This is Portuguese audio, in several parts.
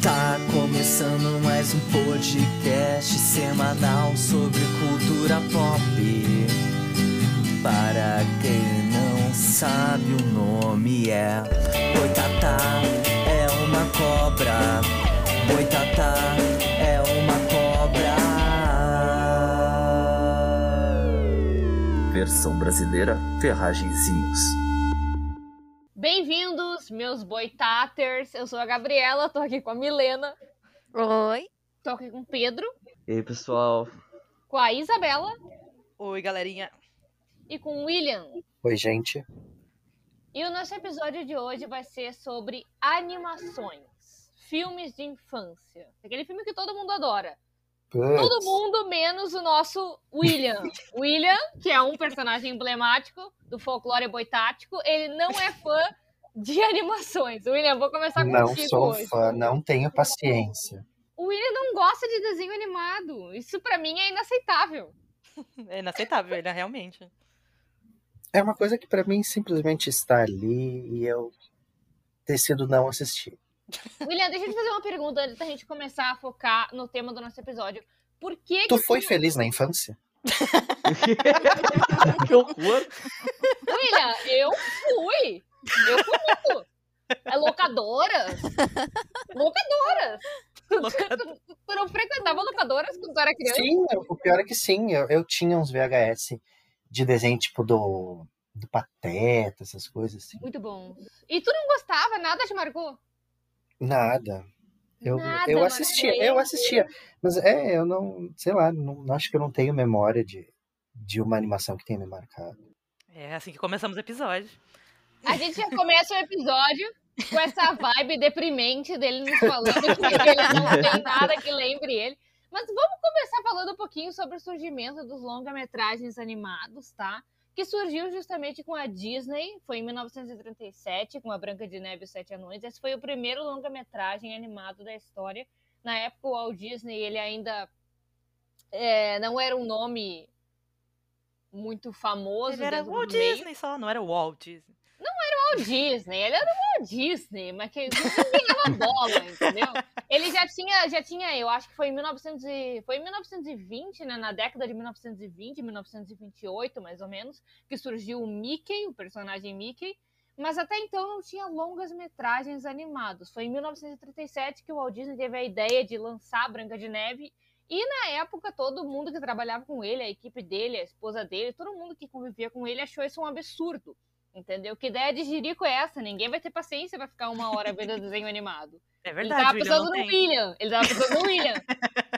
Tá começando mais um podcast semanal sobre cultura pop. Para quem não sabe, o nome é Boitatá é uma cobra. Boitatá é uma cobra. Versão brasileira Ferragenzinhos. Bem-vindos, meus boitaters. Eu sou a Gabriela, tô aqui com a Milena, Oi. tô aqui com o Pedro, E aí, pessoal? com a Isabela Oi, galerinha. e com o William. Oi, gente. E o nosso episódio de hoje vai ser sobre animações, filmes de infância. Aquele filme que todo mundo adora. Todo Putz, mundo menos o nosso William. William, que é um personagem emblemático do folclore boitático, ele não é fã de animações. William, vou começar Não tá contigo sou um hoje. fã, não tenho paciência. O William não gosta de desenho animado. Isso pra mim é inaceitável. É inaceitável, ele é realmente. É uma coisa que pra mim simplesmente está ali e eu decido não assistir. William, deixa eu te fazer uma pergunta antes da gente começar a focar no tema do nosso episódio. Por que, Tu É que foi feliz na infância? que horror! William, eu fui. Eu fui muito. É locadoras. Locadoras. Tu, tu- tu- tu não frequentava locadoras quando tu era criança? Sim, o pior é que sim. Eu, eu tinha uns VHS de desenho tipo do, do Pateta, essas coisas assim. Muito bom. E tu não gostava? Nada te marcou? Nada. Eu, Nada, eu mano, assistia, eu eu assistia. Mas é, eu não, sei lá, não, acho que eu não tenho memória de, de uma animação que tenha me marcado. É assim que começamos o episódio. A gente já começa o episódio com essa vibe deprimente dele nos falando que ele não tem nada que lembre ele. Mas vamos começar falando um pouquinho sobre o surgimento dos longa-metragens animados, tá? Que surgiu justamente com a Disney, foi em 1937, com a Branca de Neve e os Sete Anões. Esse foi o primeiro longa-metragem animado da história. Na época, o Walt Disney, ele ainda é, não era um nome muito famoso. Ele era dentro do Walt meio. Disney só, não era Walt Disney. Walt Disney, ele era o Walt Disney, mas que ninguém dava bola, entendeu? Ele já tinha, já tinha, eu acho que foi em 1900 e- foi em 1920, né, na década de 1920, 1928, mais ou menos, que surgiu o Mickey, o personagem Mickey, mas até então não tinha longas metragens animados. Foi em 1937 que o Walt Disney teve a ideia de lançar a Branca de Neve e na época, todo mundo que trabalhava com ele, a equipe dele, a esposa dele, todo mundo que convivia com ele achou isso um absurdo. Entendeu? Que ideia de jirico é essa? Ninguém vai ter paciência pra ficar uma hora vendo desenho animado. É Ele verdade, tava um William pensando não no tem. William. Ele tava pensando no William.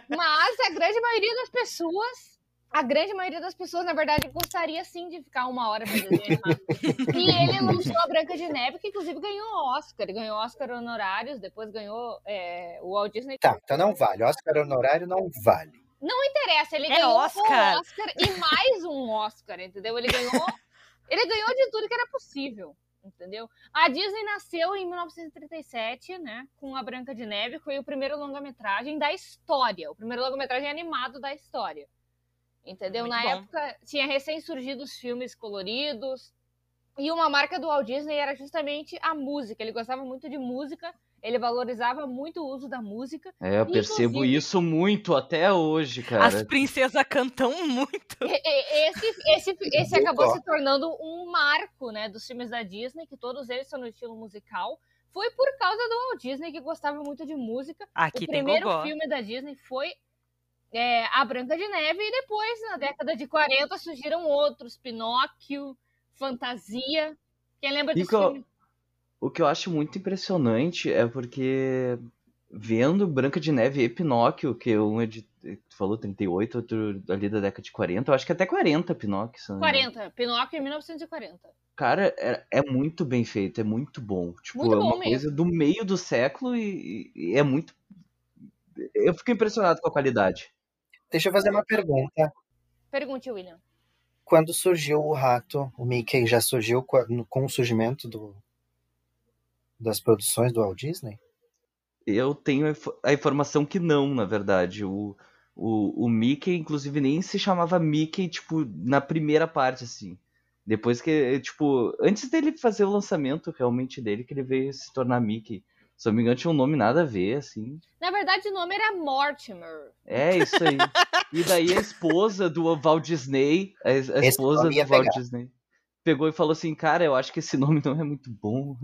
Mas a grande maioria das pessoas, a grande maioria das pessoas, na verdade, gostaria sim de ficar uma hora vendo desenho animado. E ele lançou a Branca de Neve, que inclusive ganhou Oscar. Ganhou Oscar honorários, depois ganhou é, o Walt Disney Tá, então não vale. Oscar honorário não vale. interessa, ele É ganhou Oscar. um Oscar e mais um Oscar, entendeu? Ele ganhou, ele ganhou de tudo que era possível, entendeu? A Disney nasceu em 1937, né, com A Branca de Neve, que foi o primeiro longa-metragem da história, o primeiro longa-metragem animado da história. Entendeu? Muito Na bom. época tinha recém surgido os filmes coloridos, e uma marca do Walt Disney era justamente a música. Ele gostava muito de música, ele valorizava muito o uso da música. É, eu percebo Inclusive- isso muito até hoje, As cara. princesas cantam muito. E- e- Esse, esse, esse Opa. acabou se tornando um marco né, dos filmes da Disney, que todos eles são no estilo musical. Foi por causa do Walt Disney que gostava muito de música. Aqui o tem primeiro gogó. filme da Disney foi é, A Branca de Neve, e depois, na década de 40, surgiram outros: Pinóquio, Fantasia. Quem lembra desse Nico, filme? O que eu acho muito impressionante é porque vendo Branca de Neve e Pinóquio, que um é de, tu falou 38, outro ali da década de 40, eu acho que até 40 Pinóquio. se não me engano. 40, Pinóquio em 1940. Cara, é, é muito bem feito, é muito bom. Tipo, Muito é bom uma mesmo. coisa do meio do século e, e é muito... Eu fico impressionado com a qualidade. Deixa eu fazer uma pergunta. Pergunte, William. Quando surgiu o rato, o Mickey já surgiu com a- no- com o surgimento do, das produções do Walt Disney? Eu tenho a info- a informação que não, na verdade. O, o, o Mickey, inclusive, nem se chamava Mickey, tipo, na primeira parte, assim. Depois que, tipo, antes dele fazer o lançamento realmente dele, que ele veio se tornar Mickey. Se eu não me engano, tinha um nome nada a ver, assim. Na verdade, o nome era Mortimer. É, isso aí. e daí a esposa do Walt Disney, a, a esposa nome ia do Walt pegar. Disney, pegou e falou assim, cara, eu acho que esse nome não é muito bom.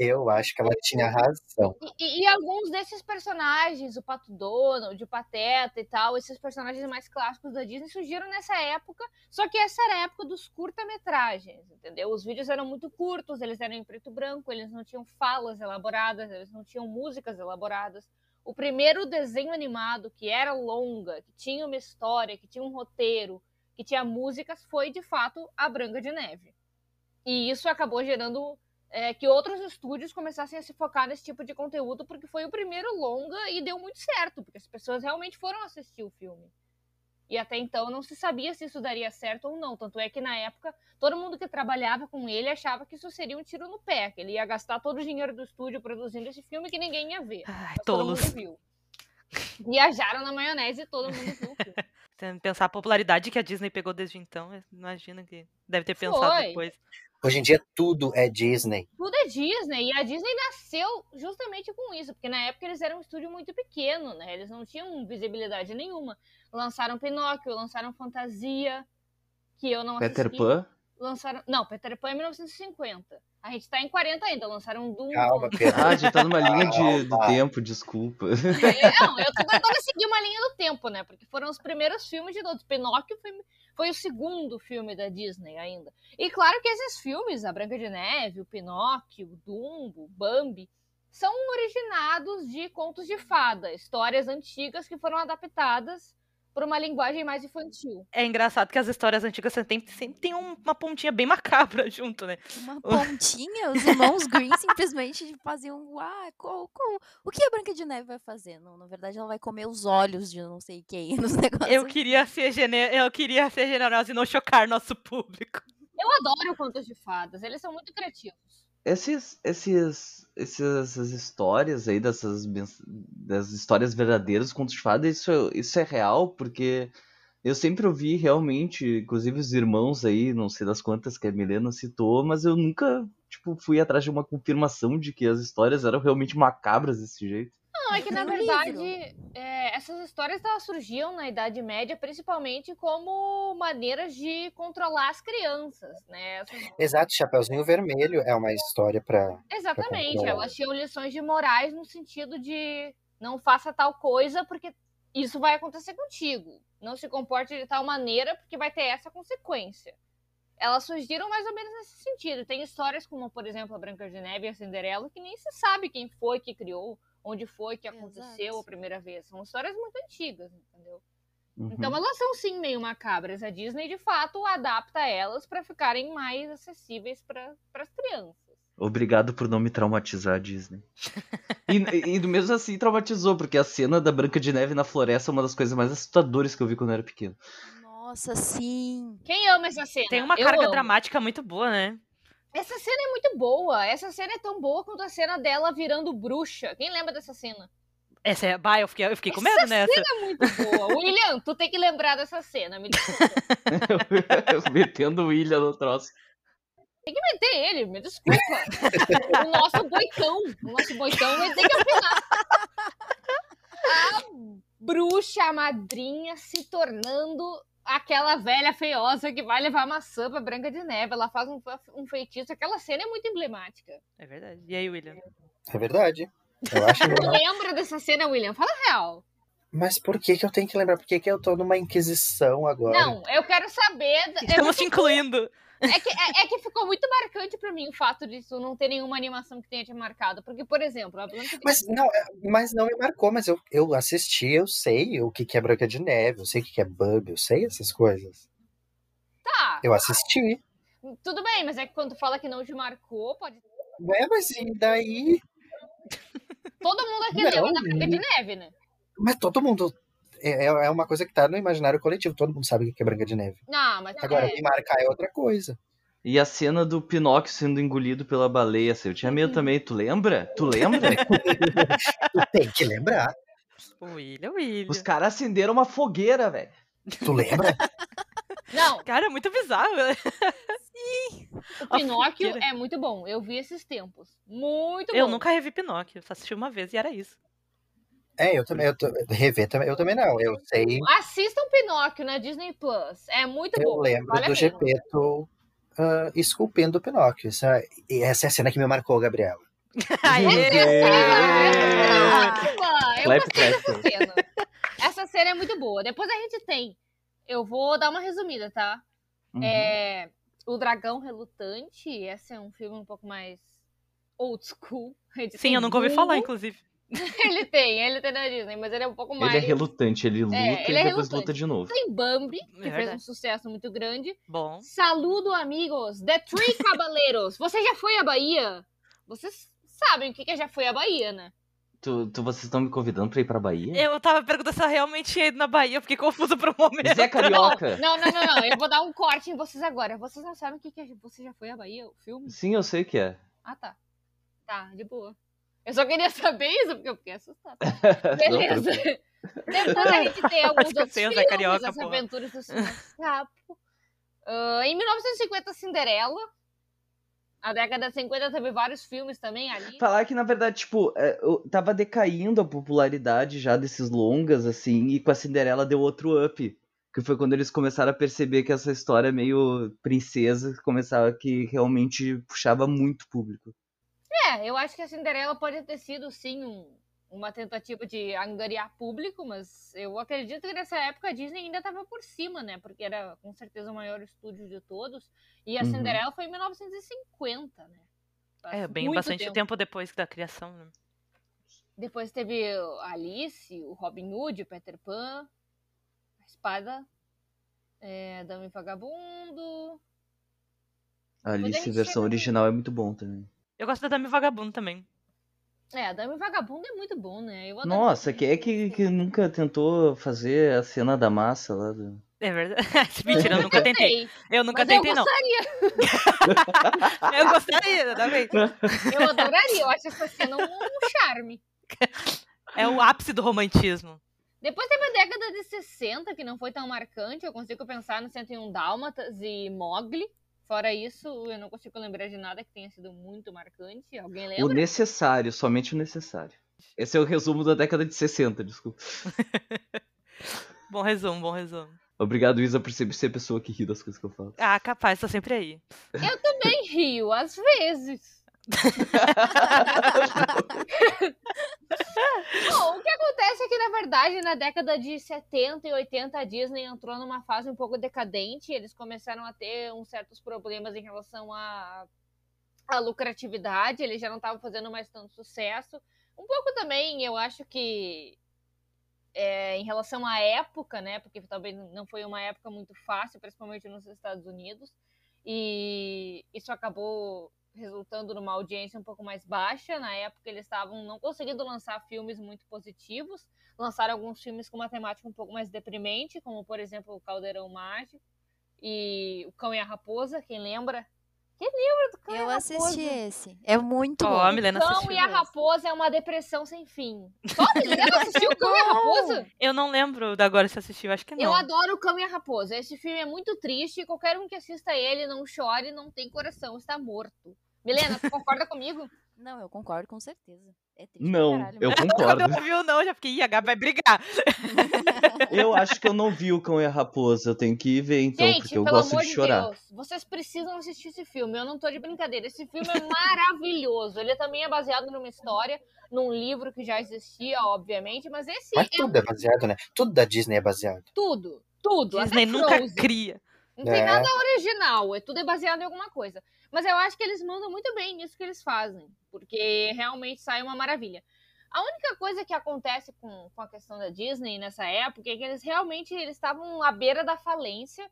Eu acho que ela tinha razão. E, e- e alguns desses personagens, o Pato Donald, o Pateta e tal, esses personagens mais clássicos da Disney surgiram nessa época, só que essa era a época dos curta-metragens, entendeu? Os vídeos eram muito curtos, eles eram em preto e branco, eles não tinham falas elaboradas, eles não tinham músicas elaboradas. O primeiro desenho animado que era longa, que tinha uma história, que tinha um roteiro, que tinha músicas, foi de fato a Branca de Neve. E isso acabou gerando é, que outros estúdios começassem a se focar nesse tipo de conteúdo, porque foi o primeiro longa e deu muito certo, porque as pessoas realmente foram assistir o filme. E até então não se sabia se isso daria certo ou não. Tanto é que na época, todo mundo que trabalhava com ele achava que isso seria um tiro no pé, que ele ia gastar todo o dinheiro do estúdio produzindo esse filme que ninguém ia ver. Ai, Mas todo mundo tolos. viu. Viajaram na maionese e todo mundo viu o filme. Tendo que Pensar a popularidade que a Disney pegou desde então, eu imagino que deve ter pensado Foi. depois. Hoje em dia tudo é Disney. tudo é Disney. E a Disney nasceu justamente com isso, porque na época eles eram um estúdio muito pequeno, né? Eles não tinham visibilidade nenhuma. Lançaram Pinóquio, lançaram Fantasia, que eu não Peter assisti. Pan. Lançaram... Não, Peter Pan é 1950. A gente tá em 40 ainda, lançaram Dumbo. Calma, Pedro. Ah, a gente tá numa linha de, do Calma. tempo, desculpa. É, Não, eu tô tentando seguir uma linha do tempo, né? Porque foram os primeiros filmes de todos. Pinóquio foi, foi o segundo filme da Disney ainda. E claro que esses filmes, A Branca de Neve, o Pinóquio, o Dumbo, o Bambi, são originados de contos de fada, histórias antigas que foram adaptadas para uma linguagem mais infantil. É engraçado que as histórias antigas sempre, sempre tem um- uma pontinha bem macabra junto, né? Uma pontinha, os irmãos Green simplesmente faziam. Ah, qual, qual- o que a Branca de Neve vai fazer? Não, na verdade, ela vai comer os olhos de não sei quem nos negócios. é. Eu queria ser, gene... eu queria ser generosa e não chocar nosso público. Eu adoro contos de fadas, eles são muito criativos. Esses, esses, esses- essas histórias aí, dessas mens- das histórias verdadeiras, contos de fada, isso, isso é real, porque eu sempre ouvi realmente, inclusive os irmãos aí, não sei das quantas que a Milena citou, mas eu nunca, tipo, fui atrás de uma confirmação de que as histórias eram realmente macabras desse jeito. Não, é que na Tem um livro. verdade é, essas histórias elas surgiam na Idade Média principalmente como maneiras de controlar as crianças, né? Essas- Exato, Chapeuzinho Vermelho é uma história pra. Exatamente, controlar. elas tinham lições de morais no sentido de não faça tal coisa porque isso vai acontecer contigo. Não se comporte de tal maneira porque vai ter essa consequência. Elas surgiram mais ou menos nesse sentido. Tem histórias como, por exemplo, a Branca de Neve e a Cinderela que nem se sabe quem foi que criou, onde foi que aconteceu Exato. a primeira vez. São histórias muito antigas, entendeu? Uhum. Então elas são sim meio macabras. A Disney de fato adapta elas para ficarem mais acessíveis para as crianças. Obrigado por não me traumatizar, Disney. E, e mesmo assim traumatizou, porque a cena da Branca de Neve na floresta é uma das coisas mais assustadoras que eu vi quando eu era pequeno. Nossa, sim. Quem ama essa cena? Tem uma Eu carga amo. dramática muito boa, né? Essa cena é muito boa. Essa cena é tão boa quanto a cena dela virando bruxa. Quem lembra dessa cena? Essa é. Bah, eu fiquei, eu fiquei com Essa medo né? nessa. É muito boa. William, tu tem que lembrar dessa cena. Me desculpa. Metendo o William no troço. Tem ele, me desculpa. o nosso boitão. O nosso boitão ele tem que opinar. A bruxa, a madrinha, se tornando aquela velha feiosa que vai levar maçã pra Branca de Neve. Ela faz um, um feitiço. Aquela cena é muito emblemática. É verdade. E aí, William? É verdade. Eu acho Tu mesmo. lembra dessa cena, William? Fala a real. Mas por que, que eu tenho que lembrar? Por que, que eu tô numa Inquisição agora? Não, eu quero saber. da- Estamos te incluindo. É que, é, é que ficou muito marcante pra mim o fato de tu não ter nenhuma animação que tenha te marcado. Porque, por exemplo, a Branca de Mas não, é- mas não me marcou, mas eu, eu assisti, eu sei o que, que é Branca de Neve, eu sei o que, que é Bub, eu sei essas coisas. tá, Eu assisti. tudo bem, mas é que quando tu fala que não te marcou, pode. Ué, É, mas e daí? Todo mundo aqui Não, lembra da Branca de não. Neve, né? Mas todo mundo. É, é- é uma coisa que tá no imaginário coletivo, todo mundo sabe o que, que é Branca de Neve. Não, mas. Agora, é, me marcar é outra coisa. E a cena do Pinóquio sendo engolido pela baleia, assim, eu tinha Uhum. medo também, tu lembra? Tu lembra? Tu Ah, tem que lembrar. William, William. Os caras acenderam uma fogueira, velho. Tu lembra? Não, Cara, é muito bizarro. o A Pinóquio fronteira. é muito bom. Eu vi esses tempos. Muito eu bom. nunca revi Pinóquio, só assisti uma vez e era isso. É, eu também. Eu tô, rever também. Eu também não. Eu sei. Assistam Pinóquio na Disney Plus. É muito Eu bom. lembro vale a pena. do Gepeto ah, esculpindo o Pinóquio. Essa, essa é a cena que me marcou, Gabriela. É Caramba, eu Clap, gostei clap. dessa cena. Essa cena é muito boa. Depois a gente tem. Eu vou dar uma resumida, tá? Uhum. É, o Dragão Relutante. Esse é um filme um pouco mais old school. Ele Sim, tem eu nunca ouvi Dumbo. falar, inclusive. Ele tem, ele tem na Disney, mas ele é um pouco mais. Ele é relutante, ele luta ele e é depois relutante. luta de novo. Tem Bambi, que fez um É verdade. sucesso muito grande. Bom. Saludo, amigos! The Three Cabaleiros! Você já foi à Bahia? Vocês sabem o que que é já foi à Bahia, né? Tu, tu- vocês estão me convidando pra ir pra Bahia? Eu tava perguntando se ela realmente ia na Bahia, fiquei confusa por um Zé momento. é carioca! Não, não, não, não. Eu vou dar um corte em vocês agora. Vocês não sabem o que que é Você Já Foi à Bahia? O filme? Sim, eu sei que é. Ah, tá. Tá, de boa. Eu só queria saber isso, porque eu fiquei assustada. Não, Beleza. tranquilo. Depois a gente tem alguns É, Acho que eu outros sei, Zé filmes, Carioca, As porra. Aventuras do Senhor Sapo. Ah, em 1950, Cinderela. A década de 50 teve vários filmes também ali. Falar que, na verdade, tipo, é, eu- tava decaindo a popularidade já desses longas, assim, e com a Cinderela deu outro up. Que foi quando eles começaram a perceber que essa história meio princesa começava que realmente puxava muito público. É, eu acho que a Cinderela pode ter sido, sim, um- uma tentativa de angariar público, mas eu acredito que nessa época a Disney ainda estava por cima, né? Porque era com certeza o maior estúdio de todos. E a Uhum. Cinderela foi em 1950, né? Faz É, bem muito bastante tempo. depois da criação. né? Depois teve a Alice, o Robin Hood, o Peter Pan, a Espada, é, Dama e Vagabundo. A Mas Alice, ele versão chega- original, é muito bom também. Eu gosto da Dami Vagabundo também. É, a Dama e Vagabundo é muito bom, né? Eu adoro Nossa, Dama e quem é que, Vagabundo. que nunca tentou fazer a cena da massa lá do... É verdade. Mentira, eu nunca tentei. Eu nunca Mas eu tentei, não. eu gostaria, tá bem? Eu adoraria, eu acho essa cena um, um charme. É o ápice do romantismo. Depois teve a década de 60, que não foi tão marcante. Eu consigo pensar no 101 Dálmatas e Mogli. Fora isso, eu não consigo lembrar de nada que tenha sido muito marcante. Alguém O lembra? necessário, somente o necessário. Esse é o resumo da década de 60, desculpa. Bom resumo, bom resumo. Obrigado, Isa, por sempre ser a pessoa que ri das coisas que eu falo. Ah, capaz, tô sempre aí. Eu também rio, às vezes. Bom, o que acontece é que, na verdade, na década de 70 e 80, a Disney entrou numa fase um pouco decadente. Eles começaram a ter uns certos problemas em relação à à lucratividade. Eles já não estavam fazendo mais tanto sucesso. Um pouco também, eu acho que é, em relação à época, né? Porque talvez não foi uma época muito fácil, principalmente nos Estados Unidos. E isso acabou resultando numa audiência um pouco mais baixa. Na época, eles estavam não conseguindo lançar filmes muito positivos. Lançaram alguns filmes com uma temática um pouco mais deprimente, como, por exemplo, O Caldeirão Mágico e O Cão e a Raposa, quem lembra? Quem lembra do Cão e a é Eu Raposa? assisti esse. É muito Ó, bom. a Milena Cão assistiu. e a Raposa é uma depressão sem fim. Só a Milena assistiu Cão e a Raposa? Eu não lembro da agora se assistiu, acho que não. Eu adoro o Cão e a Raposa. Esse filme é muito triste. Qualquer um que assista ele não chore, não tem coração, está morto. Milena, tu concorda comigo? Não, eu concordo com certeza. É triste pra Não, caralho, eu mas- Quando concordo. eu vi o não, eu já fiquei, ih, a Gabi vai brigar. Eu acho que eu não vi o Cão e a Raposa. Eu tenho que ver, então, Gente, porque eu pelo gosto amor de chorar. Deus, vocês precisam assistir esse filme. Eu não tô de brincadeira. Esse filme é maravilhoso. Ele também é baseado numa história, num livro que já existia, obviamente, mas esse Mas é tudo é baseado, né? Tudo da Disney é baseado. tudo. Tudo. Disney até nunca Frozen. cria. Não tem É. nada original, é tudo é baseado em alguma coisa. Mas eu acho que eles mandam muito bem nisso que eles fazem, porque realmente sai uma maravilha. A única coisa que acontece com, com a questão da Disney nessa época é que eles realmente eles estavam à beira da falência.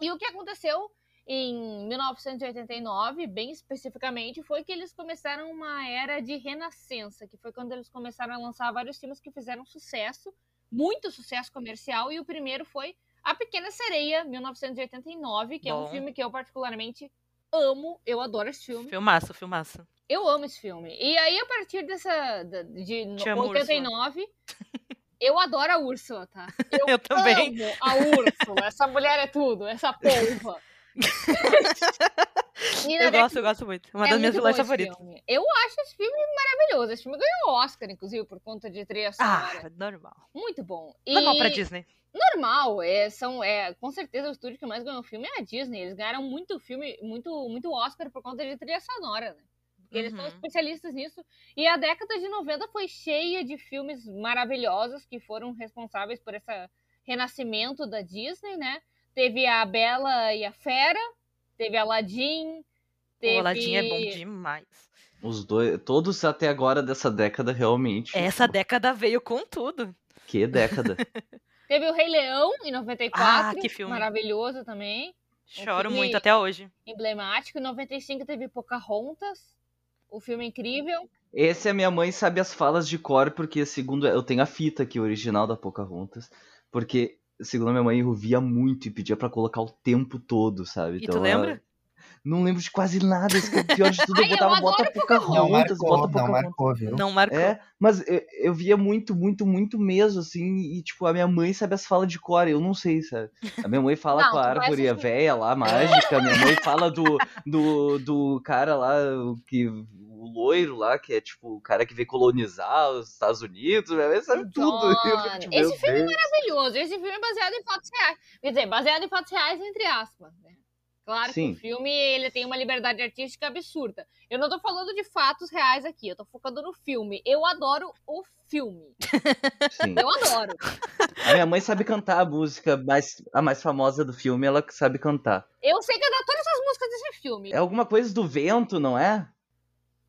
E o que aconteceu em 1989, bem especificamente, foi que eles começaram uma era de renascença, que foi quando eles começaram a lançar vários filmes que fizeram sucesso, muito sucesso comercial, e o primeiro foi A Pequena Sereia, 1989, que é um Bom. filme que eu particularmente amo, eu adoro esse filme. Filmaço, filmaço. Eu amo esse filme. E aí, a partir dessa. da- de no- Te amo, 89, Eu adoro a Úrsula, tá? Eu também. Amo a Úrsula. Essa mulher é tudo, essa polva. Menina, Eu daqui- gosto, eu gosto muito. Uma é das minhas muito vilãs bom esse favoritas. filme. Eu acho esse filme maravilhoso. Esse filme ganhou Oscar, inclusive, por conta de trilha sonora. Ah, normal. Muito bom. E Normal pra Disney. normal, é, são, é, com certeza o estúdio que mais ganhou filme é a Disney. Eles ganharam muito filme, muito, muito Oscar por conta de trilha sonora, né? Porque eles são Uhum. especialistas nisso. E a década de 90 foi cheia de filmes maravilhosos que foram responsáveis por esse renascimento da Disney, né? Teve a Bela e a Fera, teve Aladdin, teve... O Aladdin é bom demais. Os dois, todos até agora dessa década realmente. Essa década veio com tudo. Que década. Teve o Rei Leão, em 94. Ah, que filme. Maravilhoso também. Choro filme- muito até hoje. Emblemático. Em 95 teve Pocahontas. O filme Hum. incrível. Esse a minha mãe sabe as falas de cor, porque segundo eu tenho a fita aqui, original da Pocahontas, porque segundo a minha mãe eu via muito e pedia pra colocar o tempo todo, sabe? E tu lembra? ela- Não lembro de quase nada, isso que é o pior de tudo, eu Ai, eu botava bota adoro Não Pocahontas, marcou, bota não Pocahontas. marcou, viu? Não marcou. É, mas eu, eu via muito, muito, muito mesmo, assim, e tipo, a minha mãe sabe as falas de cor, eu não sei, sabe? A minha mãe fala Não, com a tu vai árvore a assistir. É. véia lá, mágica, a minha mãe fala do, do, do cara lá, o que, o loiro lá, que é tipo, o cara que veio colonizar os Estados Unidos, minha mãe sabe tudo. Eu fico, John, tipo, esse meu filme é Deus. Maravilhoso. Esse filme é baseado em fatos reais. Quer dizer, baseado em fatos reais, entre aspas. né? Claro Sim. que o filme ele tem uma liberdade artística absurda. Eu não tô falando de fatos reais aqui, eu tô focando no filme. Eu adoro o filme. Sim. Eu adoro. A minha mãe sabe cantar a música, mais, a mais famosa do filme, ela sabe cantar. Eu sei cantar todas as músicas desse filme. É alguma coisa do vento, não é?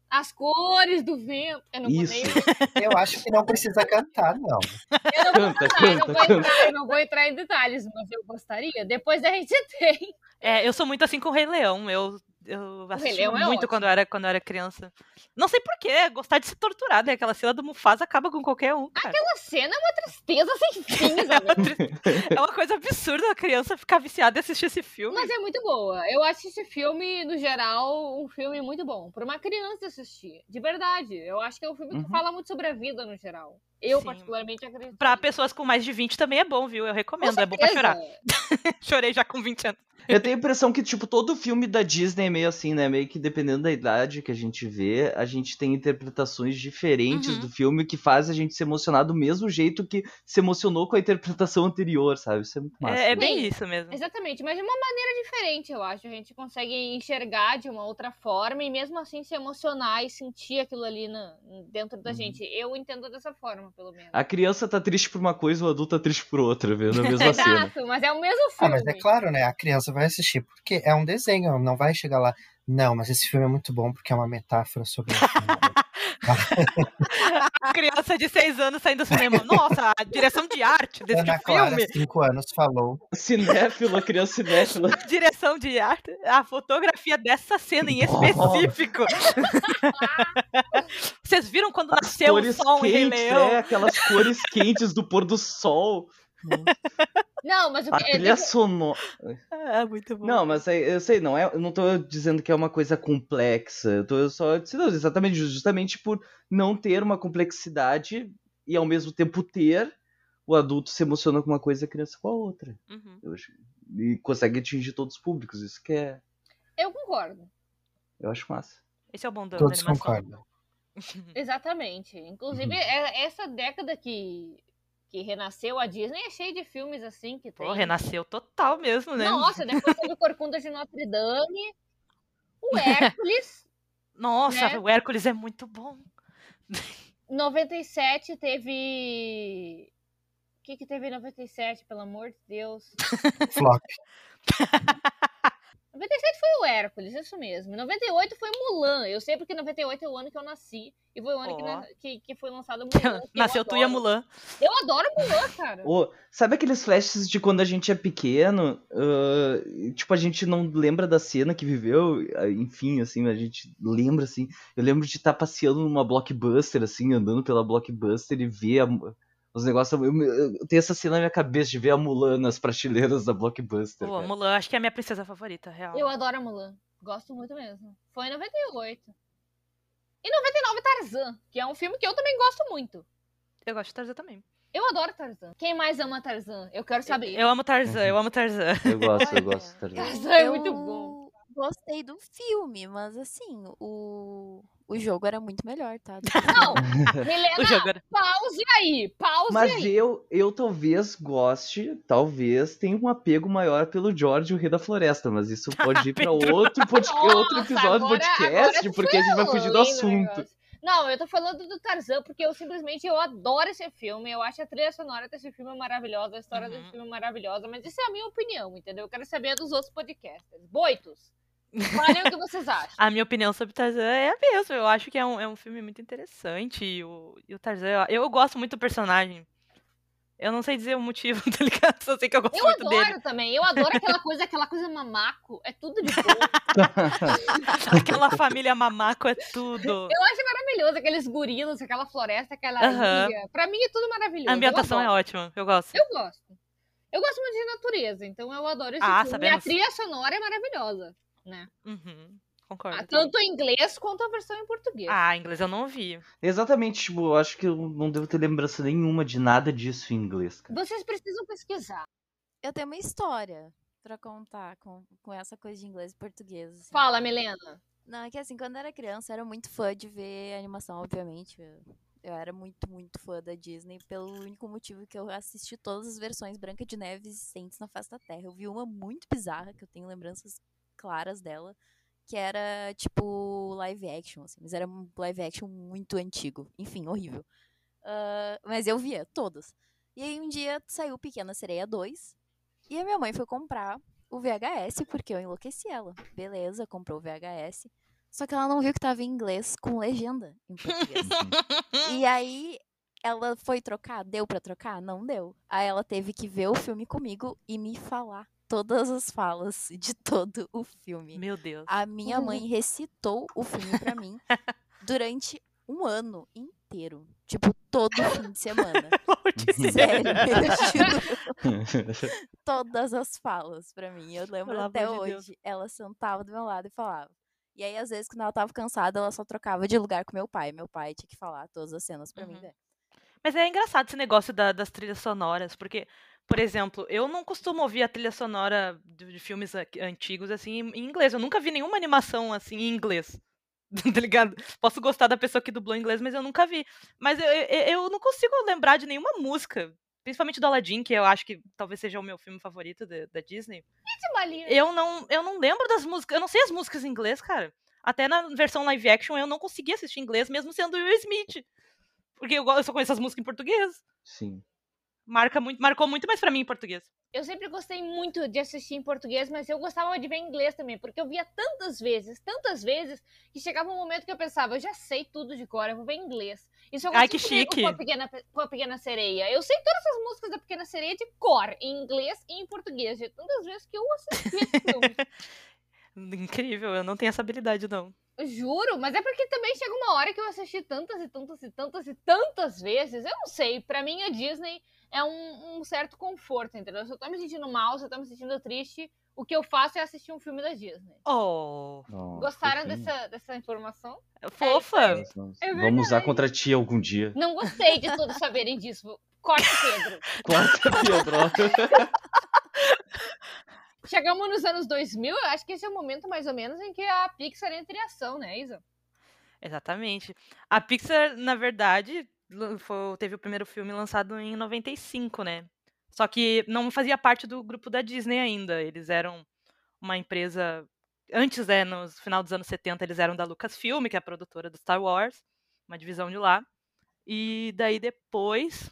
As cores do vento. Eu não Isso. vou nem Eu acho que não precisa cantar, não. Canta, Ah, eu não canta, vou canta. entrar, eu não vou entrar em detalhes, mas eu gostaria. Depois a gente tem. É, eu sou muito assim com o Rei Leão. Eu, eu assisti Leão é muito ótimo. quando eu, era, quando eu era criança. Não sei porquê, gostar de ser torturado. Né? Aquela cena do Mufasa acaba com qualquer um, cara. Aquela cena é uma tristeza sem fim, Isabel. É uma coisa absurda a criança ficar viciada e assistir esse filme. Mas é muito boa. Eu acho esse filme, no geral, um filme muito bom. Pra uma criança assistir. De verdade. Eu acho que é um filme que Uhum. fala muito sobre a vida, no geral. Eu, Sim. particularmente, acredito. Pra nisso. pessoas com mais de 20 também é bom, viu? Eu Com recomendo, é bom pra certeza. chorar. Chorei já com 20 anos. Eu tenho a impressão que, tipo, todo filme da Disney é meio assim, né? Meio que dependendo da idade que a gente vê, a gente tem interpretações diferentes Uhum. do filme que faz a gente se emocionar do mesmo jeito que se emocionou com a interpretação anterior, sabe? Isso é muito massa. É, é bem Sim. isso mesmo. Exatamente, mas de uma maneira diferente, eu acho. A gente consegue enxergar de uma outra forma e mesmo assim se emocionar e sentir aquilo ali na- dentro da Uhum. gente. Eu entendo dessa forma, pelo menos. A criança tá triste por uma coisa, o adulto tá triste por outra, vendo a mesma né? cena. Exato, mas é o mesmo Ah, filme. mas é claro, né? A criança vai assistir, porque é um desenho, não vai chegar lá. Não, mas esse filme é muito bom porque é uma metáfora sobre. Criança de 6 anos saindo do cinema. Nossa, a direção de arte desse Ana Clara, filme. cinco anos, falou. Cinéfilo, criança cinéfila. A direção de arte, a fotografia dessa cena em específico. Vocês viram quando nasceu o cores sol em Rei quentes, Leão? é, aquelas cores quentes do pôr do sol. Não, mas o A que. trilha sonora. É muito bom. Não, mas aí, eu sei, não é, eu não tô dizendo que é uma coisa complexa. Eu tô eu só dizendo exatamente ju- justamente por não ter uma complexidade e ao mesmo tempo ter o adulto se emociona com uma coisa e a criança com a outra. Uhum. Eu acho- e consegue atingir todos os públicos. Isso que é, Eu concordo. eu acho massa. Esse é o bom da da Todos animação. concordam. Exatamente. Inclusive, Uhum. é- essa década que, que renasceu a Disney é cheia de filmes assim que tem. Pô, renasceu total mesmo, né? Nossa, depois teve Corcunda de Notre Dame, o Hércules. Nossa, né? o Hércules é muito bom. 97 teve. O que, que teve em 97, pelo amor de Deus? Flop. 97 foi o Hércules, isso mesmo. 98 foi Mulan. Eu sei porque 98 é o ano que eu nasci. E foi o ano que, Ó. na- que, que foi lançado Mulan. que eu Nasceu tu e a adoro. Mulan. Eu adoro Mulan, cara. Ô, sabe aqueles flashes de quando a gente é pequeno? ah, e, tipo, a gente não lembra da cena que viveu, ah, enfim, assim, a gente lembra, assim. Eu lembro de estar passeando numa blockbuster, assim, andando pela blockbuster e ver a mu- os negócios. Eu, eu- eu tenho essa cena na minha cabeça de ver a Mulan nas prateleiras da blockbuster. Pô, a cara. Mulan acho que é a minha princesa favorita, real. Eu adoro a Mulan. Gosto muito mesmo. Foi em 98. E 99 Tarzan, que é um filme que eu também gosto muito. Eu gosto de Tarzan também. Eu adoro Tarzan. Quem mais ama Tarzan? Eu quero saber. Eu amo Uhum. Tarzan, eu amo Tarzan. Eu gosto, eu gosto tá de Tarzan. Tarzan é muito bom. Eu Gostei do filme, mas assim, o, o jogo era muito melhor, tá? Do que- Não, Helena, O jogo é era- pause aí. Pause Mas aí. eu, eu talvez goste, talvez tenha um apego maior pelo George, o Rei da Floresta, mas isso pode ir pra Pedro. outro, podca- Ah, Nossa, outro episódio do agora- é podcast, agora porque a gente vai eu fugir do lembro assunto. negócio. Não, eu tô falando do Tarzan porque eu simplesmente eu adoro esse filme. Eu acho a trilha sonora desse filme maravilhosa, a história desse Uhum. filme maravilhosa, mas isso é a minha opinião, entendeu? Eu quero saber dos outros podcasters. Boitos, falem o que vocês acham. A minha opinião sobre Tarzan é a mesma. Eu acho que é um, é um filme muito interessante. E o, e o Tarzan, eu, eu gosto muito do personagem. Eu não sei dizer o motivo, tá ligado? Só sei que eu gosto Eu muito adoro dele. também, eu adoro aquela coisa, aquela coisa mamaco, é tudo de bom. Aquela família mamaco é tudo. Eu acho maravilhoso aqueles gorilas, aquela floresta, aquela Aham. ilha. Pra mim é tudo maravilhoso. A ambientação eu é adoro. ótima, eu gosto. Eu gosto. Eu gosto muito de natureza, então eu adoro esse filme. E Ah, a sabemos. trilha sonora é maravilhosa. Uhum, concordo. Ah, Tanto em inglês quanto a versão em português. Ah, inglês eu não vi. Exatamente, tipo, eu acho que eu não devo ter lembrança nenhuma de nada disso em inglês, cara. Vocês precisam pesquisar. Eu tenho uma história pra contar com, com essa coisa de inglês e português. assim. Fala, Milena. Não, é que assim, quando eu era criança, eu era muito fã de ver animação, obviamente. Eu, eu era muito, muito fã da Disney, pelo único motivo que eu assisti todas as versões Branca de Neve existentes na face da Terra. Eu vi uma muito bizarra, que eu tenho lembranças claras dela, que era tipo live action, assim, mas era um live action muito antigo. Enfim, horrível. Ah, mas eu via todas. E aí um dia saiu Pequena Sereia 2, e a minha mãe foi comprar o VHS, porque eu enlouqueci ela. Beleza, comprou o VHS. Só que ela não viu que tava em inglês com legenda em português. assim. e aí ela foi trocar, deu pra trocar? Não deu. Aí ela teve que ver o filme comigo e me falar todas as falas de todo o filme. Meu Deus. A minha mãe recitou o filme pra mim durante um ano inteiro. Tipo, todo fim de semana. Sério, eu juro todas as falas pra mim. Eu lembro Pelo até amor de Deus. hoje. Ela sentava do meu lado e falava. E aí, às vezes, quando ela tava cansada, ela só trocava de lugar com meu pai. Meu pai tinha que falar todas as cenas pra mim. Uhum. né? Mas é engraçado esse negócio da- das trilhas sonoras, porque, por exemplo, eu não costumo ouvir a trilha sonora de, de filmes a- antigos assim em em inglês. Eu nunca vi nenhuma animação assim em inglês. tá ligado? Posso gostar da pessoa que dublou em inglês, mas eu nunca vi. Mas eu, eu- eu não consigo lembrar de nenhuma música. Principalmente do Aladdin, que eu acho que talvez seja o meu filme favorito da- da Disney. Que balinha. Eu não, eu não lembro das músicas. Eu não sei as músicas em inglês, cara. Até na versão live action eu não consegui assistir em inglês, mesmo sendo Will Smith. Porque eu, go- eu só conheço as músicas em português. Sim. Marca muito, marcou muito mais pra mim em português. Eu sempre gostei muito de assistir em português, mas eu gostava de ver em inglês também, porque eu via tantas vezes, tantas vezes, que chegava um momento que eu pensava, eu já sei tudo de cor, eu vou ver em inglês. Isso Ai, que aconteceu comigo chique. Com a, pequena, com a Pequena Sereia. Eu sei todas as músicas da Pequena Sereia de cor, em inglês e em português, de tantas vezes que eu assisti esse filme. Incrível, eu não tenho essa habilidade, não. Eu Juro, mas é porque também chega uma hora que eu assisti tantas e tantas e tantas e tantas vezes. Eu não sei, pra mim a Disney é um, um certo conforto, entendeu? Se eu tô me sentindo mal, se eu tô me sentindo triste, o que eu faço é assistir um filme da Disney. Oh, Nossa, Gostaram fofinho. dessa, dessa informação? É fofa. Nossa, nossa. É verdade. Vamos usar contra ti algum dia. Não gostei de todos saberem disso. Corte, Pedro. Corta, Pedro. Chegamos nos anos 2000, eu acho que esse é o momento mais ou menos em que a Pixar entra em ação, né, Isa? Exatamente. A Pixar, na verdade, lan- foi- teve o primeiro filme lançado em 95, né? Só que não fazia parte do grupo da Disney ainda. Eles eram uma empresa. Antes, né, no final dos anos 70, eles eram da Lucasfilm, que é a produtora do Star Wars, uma divisão de lá. E daí depois,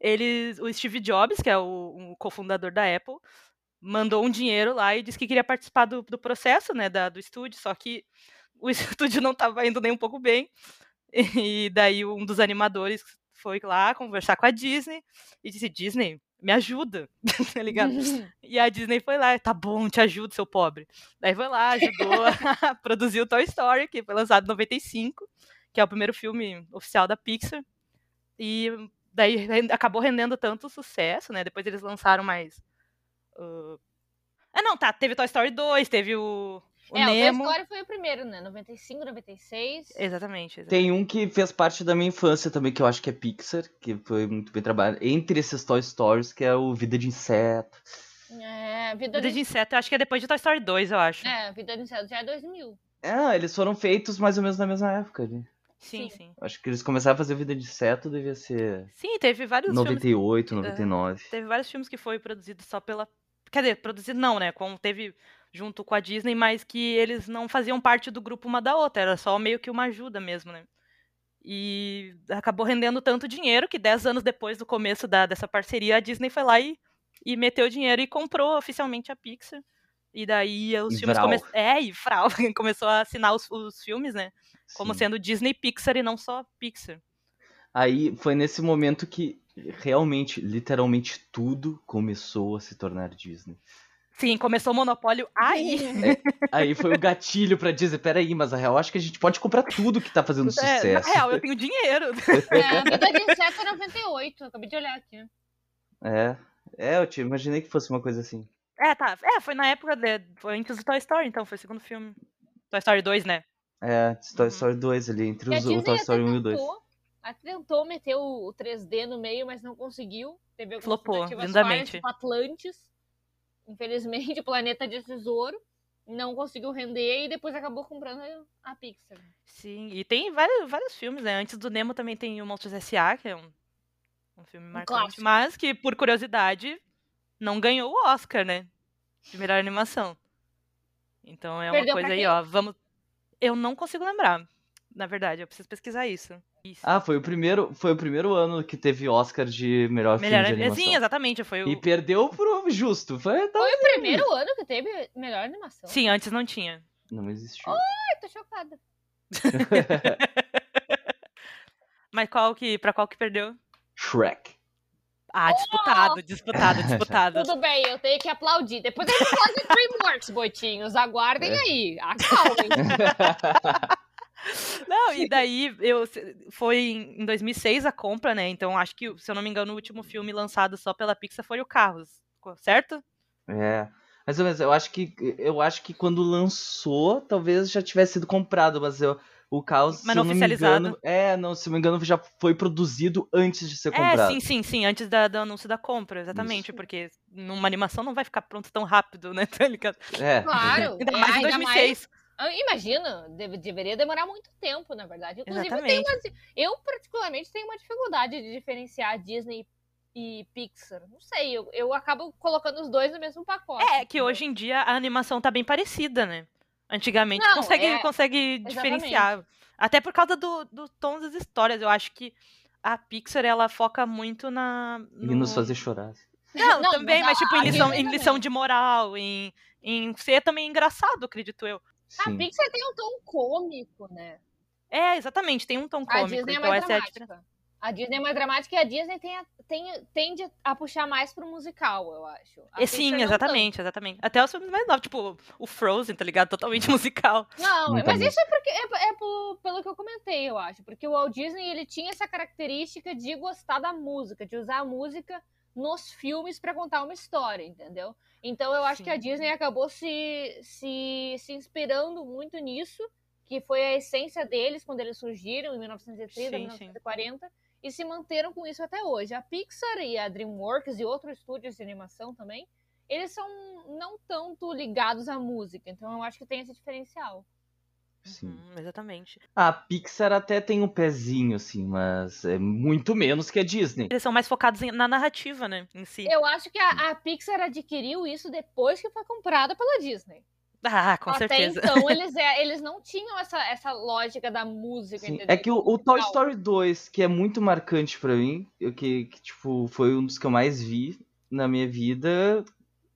eles, o Steve Jobs, que é o, o cofundador da Apple, mandou um dinheiro lá e disse que queria participar do, do processo, né, da- do estúdio. Só que o estúdio não estava indo nem um pouco bem. E daí um dos animadores foi lá conversar com a Disney e disse: Disney, me ajuda, tá ligado? E a Disney foi lá, tá bom, te ajudo, seu pobre. Daí foi lá, ajudou a produzir o Toy Story, que foi lançado em 95, que é o primeiro filme oficial da Pixar. E daí ren- acabou rendendo tanto sucesso, né? Depois é, eles lançaram mais. ah, não, tá, teve Toy Story 2, teve o O é, Nemo. É. o Toy Story foi o primeiro, né? 95, 96. Exatamente, exatamente. Tem um que fez parte da minha infância também, que eu acho que é Pixar, que foi muito bem trabalhado. Entre esses Toy Stories, que é o Vida de Inseto. É, Vida, Vida do de Inseto, eu acho que é depois de Toy Story 2, eu acho. É, Vida do Inseto já é 2000. É, eles foram feitos mais ou menos na mesma época, né? Sim, sim. sim. Acho que eles começaram a fazer Vida de Inseto, devia ser Sim, teve vários filmes. 98, 99. Teve vários filmes que foi produzido só pela. Quer dizer, produzido não, né? Como teve junto com a Disney, mas que eles não faziam parte do grupo uma da outra, era só meio que uma ajuda mesmo, né? E acabou rendendo tanto dinheiro que 10 anos depois do começo da, dessa parceria, a Disney foi lá e, e meteu dinheiro e comprou oficialmente a Pixar. E daí os E filmes Vral. começaram. É, e Frau começou a assinar os, os filmes, né? Como Sim. sendo Disney Pixar e não só Pixar. Aí foi nesse momento que realmente, literalmente tudo começou a se tornar Disney. Sim, começou o monopólio aí. Aí foi o gatilho pra Disney, peraí, mas a real acho que a gente pode comprar tudo que tá É, fazendo na sucesso. real, eu tenho dinheiro. É, Vida de Inseto é 98, acabei de olhar aqui. É, é, eu te imaginei que fosse uma coisa assim. É, tá. É, foi na época de, foi antes do Toy Story, então, foi o segundo filme. Toy Story 2, né? É, Toy Uhum. Story 2 ali, entre E a os, o Disney Toy até Story 1 e o 2. tentou, até tentou meter o, o 3D no meio, mas não conseguiu. Teve algumas Flopou, tentativas lindamente. falhas, tipo Atlantis. Infelizmente, o Planeta de Tesouro. Não conseguiu render e depois acabou comprando a- a Pixar. Sim, e tem vários, vários filmes, né? Antes do Nemo também tem o Monstros S.A., que é um, um filme marcante, clássico. mas que, por curiosidade, não ganhou o Oscar, né? De melhor animação. Então é uma Perdeu pra coisa aí, quem? ó. Vamos. Eu não consigo lembrar, na verdade, eu preciso pesquisar isso. Isso. Ah, foi o primeiro, foi o primeiro ano que teve Oscar de melhor melhor, filme de animação. animação. Sim, exatamente. Foi o... E perdeu pro justo. Foi, tá- Foi o primeiro ano que teve melhor animação. Sim, antes não tinha. Não existiu. Ai, tô chocada. Mas qual que. Pra qual que perdeu? Shrek. Ah, disputado, disputado, disputado. Tudo bem, eu tenho que aplaudir. Depois eu aplaudo DreamWorks, boitinhos. Aguardem aí. Acalmem. Não, e daí eu foi em em 2006 a compra, né? Então acho que, se eu não me engano, o último filme lançado só pela Pixar foi o Carros, co- certo? É. Mas ou menos, eu acho que eu acho que quando lançou, talvez já tivesse sido comprado, mas eu o Mas caos, se não eu não oficializado. me engano, é, não, se eu não me engano, já foi produzido antes de ser É, comprado. sim, sim, sim, antes da, do anúncio da compra, exatamente, porque numa animação não vai ficar pronto tão rápido, né? Tá ligado? É. Claro. Ainda é, mais em ainda 2006. Ah, Imagina, deve- deveria demorar muito tempo, na verdade. Inclusive, eu, tenho Exatamente. uma- eu particularmente tenho uma dificuldade de diferenciar Disney e Pixar. Não sei, eu, eu acabo colocando os dois no mesmo pacote. É, que hoje em dia a animação tá bem parecida, né? Antigamente Não, consegue, é- consegue diferenciar. Até por causa do, do tom das histórias. Eu acho que a Pixar, ela foca muito na. E nos no- fazer chorar. Não, Não, também, mas mas a- tipo, em a lição, Disney em lição de moral, em, em ser também engraçado, acredito eu. A Sim. Pixar tem um tom cômico, né? É, exatamente, tem um tom A cômico, Disney é então mais essa é a diferença. dramática. A Disney é mais dramática e a Disney tem a- tem- tende a puxar mais pro musical, eu acho. A É, Sim, Pixar não exatamente, exatamente. Até os filmes mais novos, tipo, o Frozen, tá ligado? Totalmente musical. tanto. Não, Nunca mas mesmo. isso é, porque, é, é por- pelo que eu comentei, eu acho. Porque o Walt Disney, ele tinha essa característica de gostar da música, de usar a música nos filmes para contar uma história, entendeu? Então eu acho que a Sim. Disney acabou se, se, se inspirando muito nisso, que foi a essência deles quando eles surgiram em 1930, Sim, sim. 1940, e se manteram com isso até hoje. A Pixar e a DreamWorks e outros estúdios de animação também, eles são não tanto ligados à música, então eu acho que tem esse diferencial. Sim. Hum, exatamente. A Ah, Pixar até tem um pezinho, assim, mas é muito menos que a Disney. Eles são mais focados em- na narrativa, né? Em si. Eu acho que a, a Pixar adquiriu isso depois que foi comprada pela Disney. Ah, com até certeza. então eles, é- eles não tinham essa, essa lógica da música, Sim, entendeu? É que o, o Toy Musical. Story 2, que é muito marcante pra mim, eu que, que, tipo, foi um dos que eu mais vi na minha vida,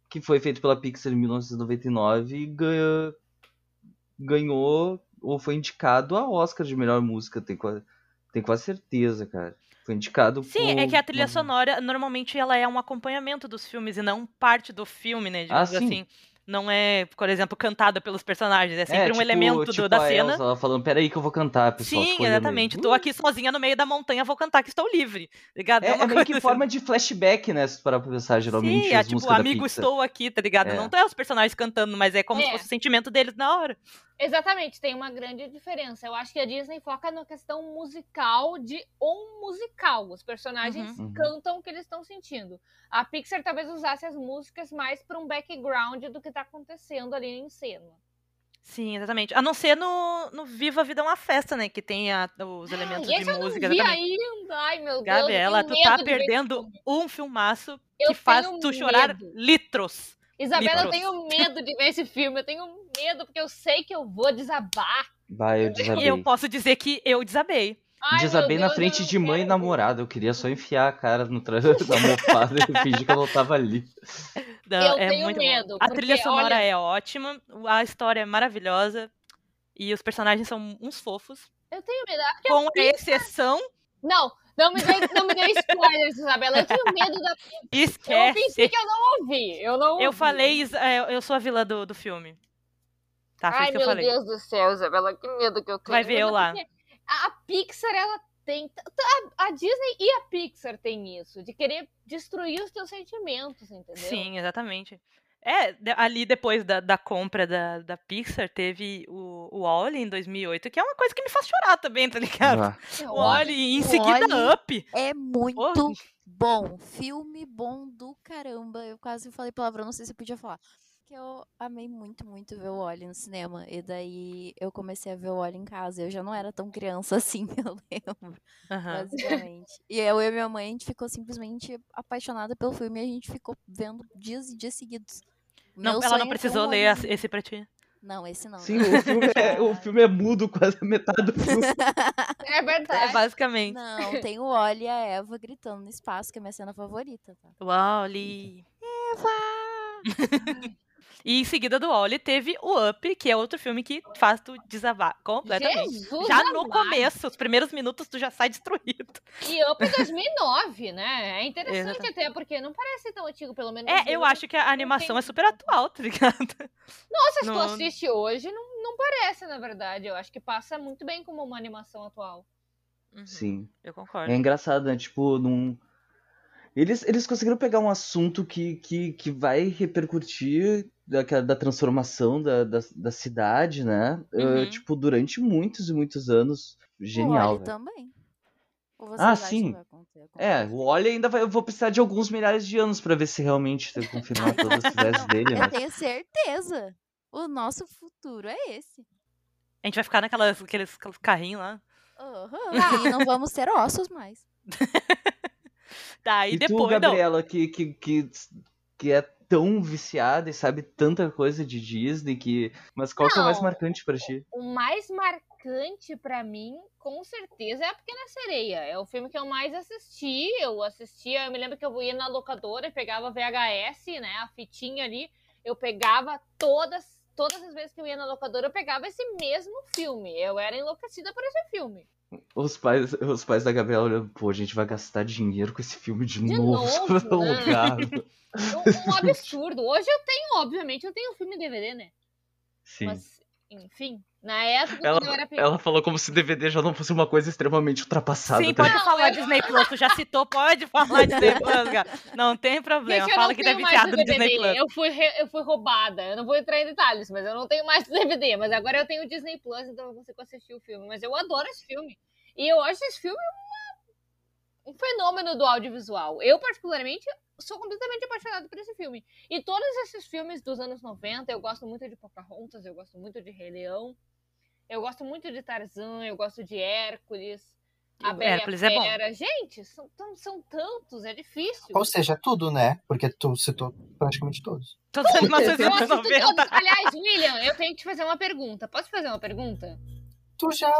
que foi feito pela Pixar em 1999 e ganha- ganhou ou foi indicado a Oscar de melhor música, tenho quase, tenho quase certeza, cara. Foi indicado Sim, por é que a trilha uma- sonora, normalmente, ela é um acompanhamento dos filmes e não parte do filme, né? Ah, digamos assim. sim. não é, por exemplo, cantada pelos personagens. É sempre um tipo- elemento do- tipo da a cena. Elsa, ela falando, peraí que eu vou cantar, pessoal. tipo, é Sim, escolha exatamente. mesmo." Tô aqui sozinha no meio da montanha, vou cantar que estou livre. tá Ligado? É, é uma meio coisa que assim. forma de flashback, né? Se tu parar pra pensar, geralmente. Sim, é as tipo, músicas da amigo, Pixar. estou aqui, tá ligado? É. Não tá os personagens cantando, mas é como É. se fosse o sentimento deles na hora. Exatamente, tem uma grande diferença. Eu acho que a Disney foca na questão musical de um musical. Os personagens Uhum. Uhum. cantam o que eles estão sentindo. A Pixar talvez usasse as músicas mais para um background do que tá acontecendo ali em cena. Sim, exatamente. A não ser no, no Viva a Vida é uma Festa, né? Que tem a- os elementos Ah, e de esse eu não música. vi exatamente. ainda. Ai, meu Deus. eu Gabriela, tenho tu tá medo de ver esse perdendo filme. um filmaço Eu que faz tenho tu chorar medo. litros. Isabela, eu Litros. tenho medo de ver esse filme. Eu tenho medo, porque eu sei que eu vou desabar. Vai, eu desabei. E eu posso dizer que eu desabei. Ai, meu desabei na Deus, eu frente não de mãe e quero. namorado. Eu queria só enfiar a cara no tra... na mofada e fingir que eu não tava ali. Não, Eu é tenho muito bom. medo, A porque, trilha sonora olha- é ótima, a história é maravilhosa e os personagens são uns fofos. Eu tenho medo. Ah, Com a exceção, Não, não me dê, não me dê spoilers, Isabela. Eu tenho medo da. Eu esquece. pensei que eu não ouvi. Eu não. É. Eu ouvi. falei, Isa- é, eu sou a vilã do, do filme. Tá, foi Ai, isso que eu meu falei. Deus do céu, Isabela, que medo que eu tenho. Vai ver eu lá. porque A a Pixar, ela tem. t- t- A, a Disney e a Pixar tem isso, de querer destruir os teus sentimentos, entendeu? Sim, exatamente. É, de- ali depois da, da compra da, da Pixar, teve o, o Wall-E em 2008, que é uma coisa que me faz chorar também, tá ligado? Ah, O Wall-E, em O seguida, Wall-E. Up. É muito Pô. bom. Filme bom do caramba. Eu quase falei palavrão, não sei se eu podia falar. Que eu amei muito, muito ver o Oli no cinema. E daí eu comecei a ver o Oli em casa. Eu já não era tão criança assim, eu lembro, Aham. basicamente. E eu e minha mãe, a gente ficou simplesmente apaixonada pelo filme. E a gente ficou vendo dias e dias seguidos. Não, Meu ela sonho é não ter precisou um ler Wall-E. as- esse pra ti. Não, esse não. Sim, o filme, é, o filme é mudo quase a metade do filme. É É, verdade. basicamente. Não, tem o Oli e a Eva gritando no espaço, que é minha cena favorita, tá? Wall-E. E em seguida do Wall-E teve o Up, que é outro filme que faz tu desabar completamente. Jesus já no amado. começo, os primeiros minutos, tu já sai destruído. E Up é 2009, né? É interessante Exato. até, porque não parece tão antigo, pelo menos. É, eu acho que a animação é super atual, tá ligado? Nossa, se tu não- assiste hoje, não, não parece, na verdade. Eu acho que passa muito bem como uma animação atual. Uhum. Sim. Eu concordo. É engraçado, né? Tipo, num. Eles, eles conseguiram pegar um assunto que, que, que vai repercutir da, da transformação da, da, da cidade, né? Uhum. Eh, tipo, durante muitos e muitos anos. Genial. O Oli velho. também. Ou Ah, vocês acham que sim. vai acontecer? É, Acontece. o Oli ainda vai. Eu vou precisar de alguns milhares de anos pra ver se realmente tem que confirmar todas as ideias dele, Eu né? tenho certeza. O nosso futuro é esse. A gente vai ficar naquelas aqueles, aqueles carrinhos lá. Aham, E não vamos ser ossos mais. Tá, e, E tu, depois. não, Gabriela, que, que, que, que é tão viciada e sabe tanta coisa de Disney que. Mas qual que é o mais Não. marcante pra ti? O mais marcante pra mim, com certeza, é a Pequena Sereia. É o filme que eu mais assisti. Eu assistia, eu me lembro que eu ia na locadora e pegava VHS, né? A fitinha ali. Eu pegava todas, todas as vezes que eu ia na locadora, eu pegava esse mesmo filme. Eu era enlouquecida por esse filme. Os pais, os pais da Gabriela olhando, pô, a gente vai gastar dinheiro com esse filme de, De novo, novo, pra né? alugar. Um, um absurdo. Hoje eu tenho, obviamente, eu tenho o filme em DVD, né? Sim. Mas, enfim, na época Ela- quando eu era pequena. Ela falou como se DVD já não fosse uma coisa extremamente ultrapassada. Sim, tá pode ligado? falar Disney Plus. Tu já citou, pode falar Disney Plus, cara. Não tem problema. Gente, eu Fala não que tá tenho mais viciado o no Disney DVD. Plus. Eu fui, re- eu fui roubada. Eu não vou entrar em detalhes, mas eu não tenho mais o DVD. Mas agora eu tenho o Disney Plus, então eu consigo assistir o filme. Mas eu adoro esse filme. E eu acho esse filme uma- um fenômeno do audiovisual. Eu, particularmente, sou completamente apaixonada por esse filme. E todos esses filmes dos anos 90, eu gosto muito de Pocahontas, eu gosto muito de Rei Leão, eu gosto muito de Tarzan, eu gosto de Hércules. A Bela e a Hércules é bom. Fera. Gente, são, tão- são tantos, é difícil. Ou seja, tudo, né? Porque tu citou praticamente todos. Todas as animações dos Eu anos assisto 90. todos. Aliás, William, eu tenho que te fazer uma pergunta. Posso te fazer uma pergunta? Tu já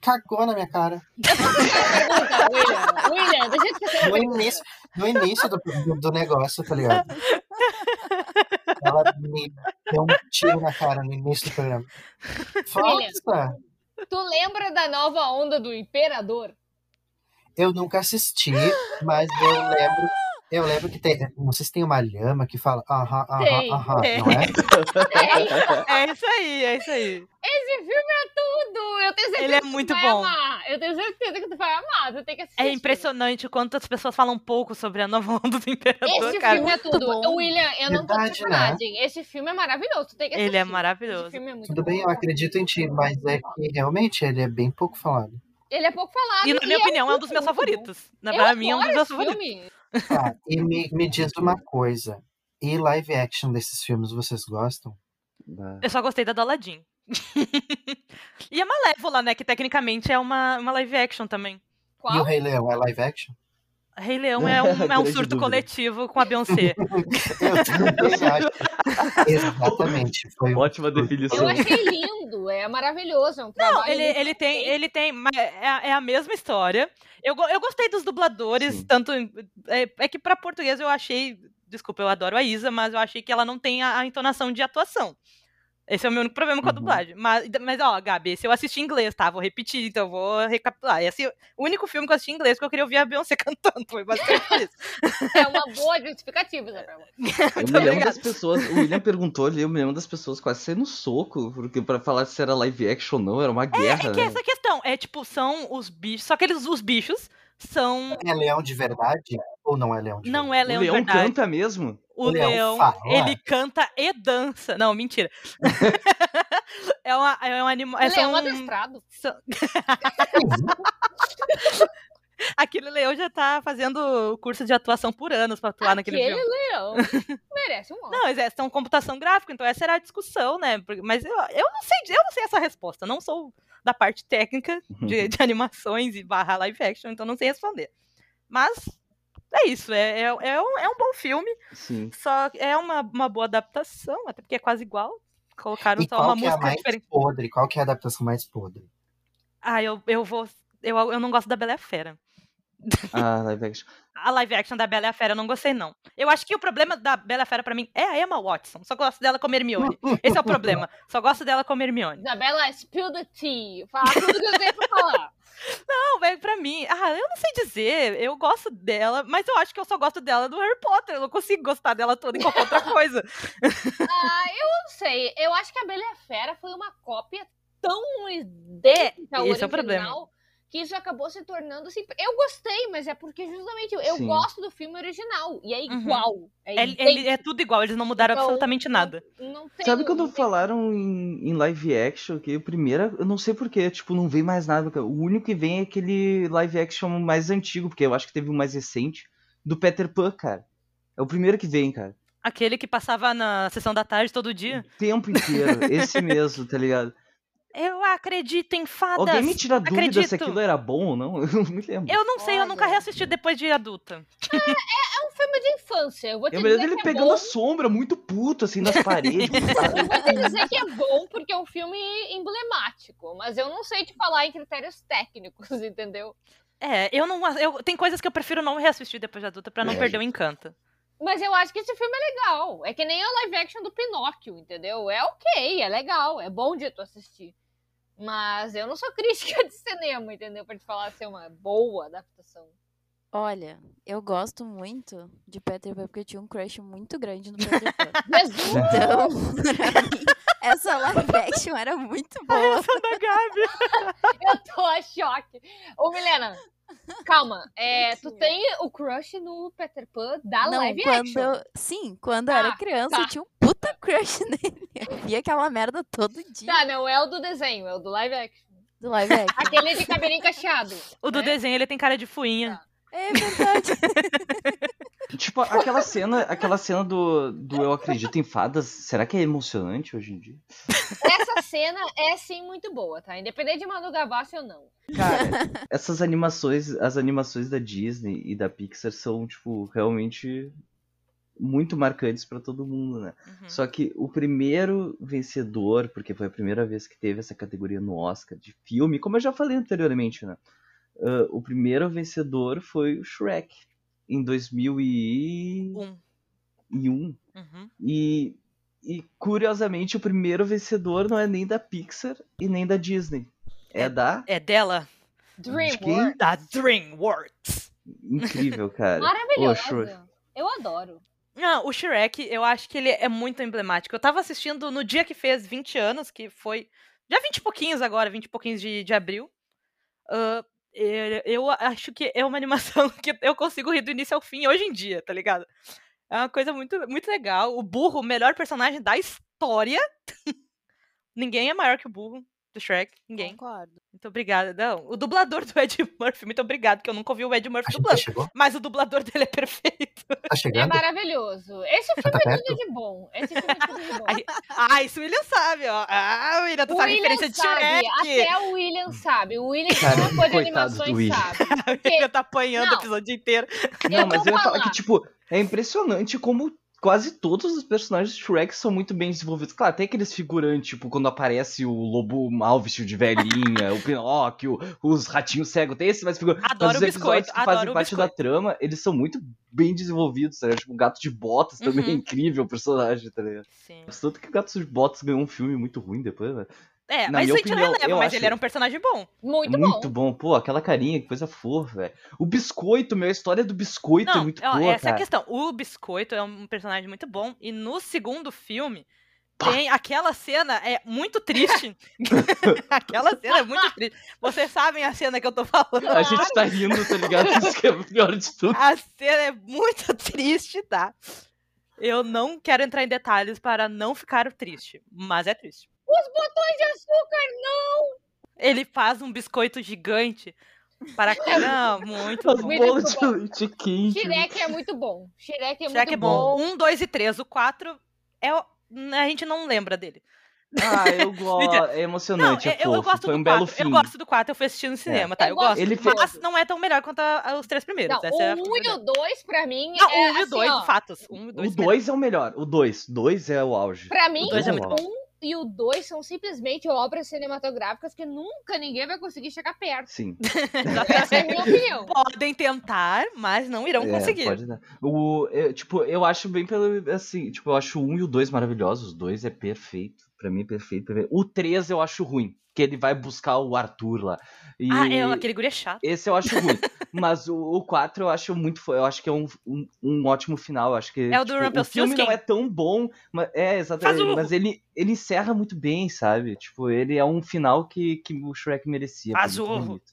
cagou na minha cara. Pergunta, William. William, deixa eu te fazer uma No pergunta. início, no início do, do- do negócio, tá ligado? Ela me deu um tiro na cara no início do programa. Nossa, Tu lembra da nova onda do Imperador? eu nunca assisti, mas eu lembro. Eu lembro que tem. Não sei se tem uma lhama que fala. Aham, Tem, aham, aham, tem. não é? É isso aí, é isso aí. Esse filme é tudo! Eu tenho certeza Ele é que tu muito vai bom. amar. Eu tenho certeza que tu vai amar. Tu tem que assistir. É impressionante o quanto as pessoas falam pouco sobre a nova onda do Imperador, Esse cara. filme é tudo. bom. William, eu não tô de Verdade, né? sacanagem. Esse filme é maravilhoso. Tu tem que assistir. Ele é Esse maravilhoso. filme é muito Tudo bom. bem, eu acredito em ti, mas é que realmente ele é bem pouco falado. Ele é pouco falado. E, na minha é opinião, é um dos muito, meus muito bom. favoritos. Na Eu pra mim, é um dos adoro meus esse favoritos. filme. Tá, e me, me diz uma coisa. E live action desses filmes, vocês gostam? Bah. Eu só gostei da do Aladdin. e a Malévola, né? Que tecnicamente é uma, uma live action também. E o Qual? Rei Leão é live action? Rei Leão é um, é um Grande surto dúvida. coletivo com a Beyoncé. Eu também acho. Exatamente. Foi um Ótima definição. Eu achei lindo. É maravilhoso. É um Não, trabalho. ele, ele tem, ele tem, mas é, a- é a mesma história. Eu, go- eu gostei dos dubladores, Sim. tanto. em- É, é que pra português eu achei. Desculpa, eu adoro a Isa, mas eu achei que ela não tem a, a entonação de atuação. Esse é o meu único problema com a Uhum. dublagem. Mas, mas, ó, Gabi, se eu assisti em inglês, tá? Vou repetir, então eu vou recapitular. Esse é o único filme que eu assisti em inglês que eu queria ouvir a Beyoncé cantando. Foi basicamente isso. É uma boa justificativa, né, Isabela. Eu Muito me lembro obrigada. das pessoas. O William perguntou ali, eu me lembro das pessoas quase saindo soco, porque pra falar se era live action ou não, era uma guerra. É que né? essa questão é, tipo, são os bichos. Só que eles, os bichos são. É leão de verdade ou não é leão de Não é verdade? Tipo, O leão, leão, de verdade. canta mesmo? O O leão leão, fala. ele canta e dança. Não, mentira. é, uma, é um animal. É ele é um só um... adestrado. são- é. um? Aquele leão já tá fazendo o curso de atuação por anos pra atuar naquele Aquele filme. é leão merece um Oscar. Não, mas é são computação gráfica, então essa era a discussão, né? Porque- Mas eu, eu não sei, eu não sei essa resposta. Não sou da parte técnica Uhum. de, de animações e barra live action, então não sei responder. Mas é isso, é, é, é um, é um bom filme. Sim. Só é uma, uma boa adaptação, até porque é quase igual. Colocaram E só uma qual que é a música mais diferente. podre? Qual que é a adaptação mais podre? Ah, eu, eu vou. Eu, eu não gosto da Bela e a Fera. Ah, live action. A live action da Bela e a Fera eu não gostei, não. Eu acho que o problema da Bela e a Fera pra mim é a Emma Watson. Só gosto dela como Hermione. Esse é o problema. Só gosto dela como Hermione. Isabela, spill the tea. Fala tudo que eu tenho pra falar. Não, velho, pra mim. Ah, eu não sei dizer. Eu gosto dela, mas eu acho que eu só gosto dela do Harry Potter. Eu não consigo gostar dela toda em qualquer outra coisa. Ah, eu não sei. Eu acho que a Bela e a Fera foi uma cópia tão É, idêntica ao esse é original o problema. que isso acabou se tornando assim. Eu gostei, mas é porque justamente eu- eu Sim. gosto do filme original. E é Uhum. igual. É, Ele, idêntico. ele- é tudo igual, eles não mudaram Então, absolutamente nada. Não tem, um Sabe quando não tem- falaram em, em live action que o primeiro, eu não sei porquê, tipo, não vem mais nada. cara. O único que vem é aquele live action mais antigo, porque eu acho que teve um mais recente, do Peter Pan, cara. É o primeiro que vem, cara. Aquele que passava na sessão da tarde todo dia. O tempo inteiro, esse mesmo, tá ligado? Eu acredito em fadas. Alguém me tira a dúvida se acredito. aquilo era bom ou não, eu não me lembro. Eu não sei, eu nunca Olha. reassisti depois de adulta. É um filme de infância. Eu vou te Eu me dizer lembro dele que é pegando bom. a sombra, muito puto, assim, nas paredes. Eu vou te dizer que é bom porque é um filme emblemático, mas eu não sei te falar em critérios técnicos, entendeu? É, eu não. Eu, tem coisas que eu prefiro não reassistir depois de adulta pra não É, perder o gente. encanto. Mas eu acho que esse filme é legal. É que nem o live action do Pinóquio, entendeu? É ok, é legal, é bom de tu assistir. Mas eu não sou crítica de cinema, entendeu? Pra te falar se é uma boa adaptação. Olha, eu gosto muito de Peter Pan porque eu tinha um crush muito grande no Peter Pan. Jesus! Então, pra mim, essa live action era muito boa. da Gabi. Eu tô a choque. Ô, Milena, calma. É, tu Tadinha. tem o crush no Peter Pan da Não, live quando action? eu- sim, quando eu era Tá, criança, tá. eu tinha um puta crush nele. Eu via aquela merda todo dia Tá, não é o do desenho, é o do live action. do live action. Aquele de cabelinho cacheado. O do né? desenho, ele tem cara de fuinha. É verdade. tipo, aquela cena, aquela cena do, do Eu Acredito em Fadas, será que é emocionante hoje em dia? Essa cena é sim muito boa, tá? Independente de Manu Gavassi ou não. Cara, essas animações, as animações da Disney e da Pixar são, tipo, realmente muito marcantes pra todo mundo, né? Uhum. Só que o primeiro vencedor, porque foi a primeira vez que teve essa categoria no Oscar de filme, como eu já falei anteriormente, né? Ah, o primeiro vencedor foi o Shrek, em 2001. Um. Uhum. E, e, curiosamente, o primeiro vencedor não é nem da Pixar e nem da Disney. É da. É dela? Dream quem? World. Da DreamWorks. Incrível, cara. Ô, Shrek. Maravilhosa. Eu adoro. Não, Ah, o Shrek, eu acho que ele é muito emblemático. Eu tava assistindo no dia que fez 20 anos, que foi. Já 20 e pouquinhos agora, 20 e pouquinhos de, de abril. Ah, é, eu acho que é uma animação que eu consigo rir do início ao fim hoje em dia, tá ligado? É uma coisa muito, muito legal. O burro, o melhor personagem da história. Ninguém é maior que o burro do Shrek. Ninguém. Concordo. Muito obrigada. Não, o dublador do Ed Murphy, muito obrigado, que eu nunca ouvi o Ed A Murphy gente já dublando. chegou? Mas o dublador dele é perfeito. Tá É chegando? maravilhoso. Esse filme tá é perto? tudo de bom. Esse filme é tudo de bom. Ah, isso o William sabe, ó. Ah, William, tu O sabe a William referência de sabe, Shrek. Até o William sabe. O William Cara, que uma coisa de coitado do animações William. sabe. O William tá apanhando Não. o episódio inteiro. Eu Não, mas vou eu ia falar falar. que, tipo, é impressionante como quase todos os personagens de Shrek são muito bem desenvolvidos. Claro, tem aqueles figurantes, tipo, quando aparece o lobo mal vestido de velhinha, o Pinóquio, os ratinhos cegos, tem esse mais figura. Adoro mas os o biscoito, episódios que adoro fazem o parte biscoito. da trama, eles são muito bem desenvolvidos, tá ligado? Tipo, o Gato de Botas também é Uhum. incrível o personagem, tá ligado? Sim. Tanto que o Gato de Botas ganhou um filme muito ruim depois, né? É, Na mas minha isso a gente não opinião, releva, eu mas acho- ele era um personagem bom. Muito, É muito bom. bom. Pô, aquela carinha, que coisa fofa, velho. O Biscoito, meu, a história do Biscoito é não, muito ó, boa, essa é a cara. questão. O Biscoito é um personagem muito bom. E no segundo filme, tem aquela cena é muito triste. aquela cena é muito triste. Vocês sabem a cena que eu tô falando. A gente tá rindo, tá ligado? Isso que é o pior de tudo. A cena é muito triste, tá? Eu não quero entrar em detalhes para não ficar triste, mas é triste. Os botões de açúcar não! Ele faz um biscoito gigante para não, muito As bom. Me bolas de desculpa. leite quente. Shrek é muito bom. Shrek é Shrek muito é bom. Um, dois e três. O quatro é o- a gente não lembra dele. Ah, eu gosto. Mentira. É emocionante, não, é eu, fofo. eu gosto Foi do um belo quatro. fim. Eu gosto do quatro. Eu fui assistir no cinema, tá? Eu, Eu gosto. gosto Ele do fez- Mas não é tão melhor quanto a- a- os três primeiros. Não, essa é a o 1 e o verdade. 2, pra mim, Não, é um e o assim, dois, ó, fatos. Um e o O dois. 2 é o melhor. O 2. 2 é o auge. Pra mim, O dois é o muito bom. 1 e o 2 são simplesmente obras cinematográficas que nunca ninguém vai conseguir chegar perto. Sim. Essa é a minha opinião. né? Podem tentar, mas não irão é, conseguir. Pode dar. O, eu, tipo, eu acho bem pelo. Assim, tipo, eu acho o 1 e o 2 maravilhosos. Os dois é perfeito. Pra mim, é perfeito. perfeito. O 3 eu acho ruim. Que ele vai buscar o Arthur lá. E... Ah, é, aquele guri é chato. Esse eu acho ruim. mas o, o 4 eu acho muito. fo- Eu acho que é um, um, um ótimo final. eu acho que, É o do o filme Rumpelstiltskin. não é tão bom. Mas, é, exatamente. Faz o- Mas ele, ele encerra muito bem, sabe? Tipo, ele é um final que, que o Shrek merecia. Faz foi muito o- é bonito.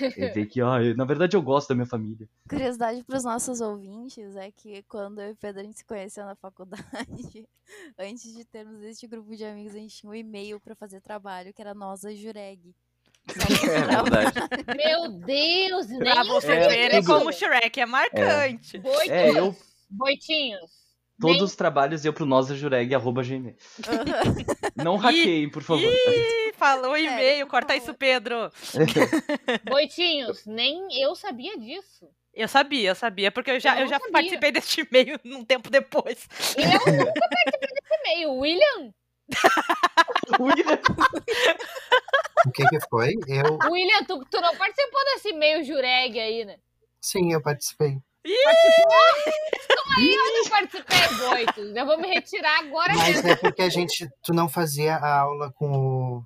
Ele vê que, ah, eu- na verdade, eu gosto da minha família. Curiosidade para os nossos ouvintes é que quando eu e o Pedro a gente se conheceu na faculdade, antes de termos este grupo de amigos, a gente tinha um e-mail para fazer trabalho que era nossa jureg. É verdade. Meu Deus, nem Pra um você É, ver tudo. como o Shrek é marcante. Boitinhos. É, eu, Boitinhos. todos Nem- os trabalhos eu pro nosajureg, arroba gmail. Não hackeiem, por favor. Ih, falou Sério, e-mail, por corta favor. isso, Pedro. Boitinhos, nem eu sabia disso. Eu sabia, eu sabia, porque eu já, Eu eu não já sabia. participei deste e-mail um tempo depois. Eu nunca participei desse e-mail. é William, William, O que que foi? Eu, William, tu, tu não participou desse e-mail jureg aí, né? sim, eu participei. Eu não participei, Boitos. Eu vou me retirar agora mesmo. Mas é porque a gente, tu não fazia a aula com o,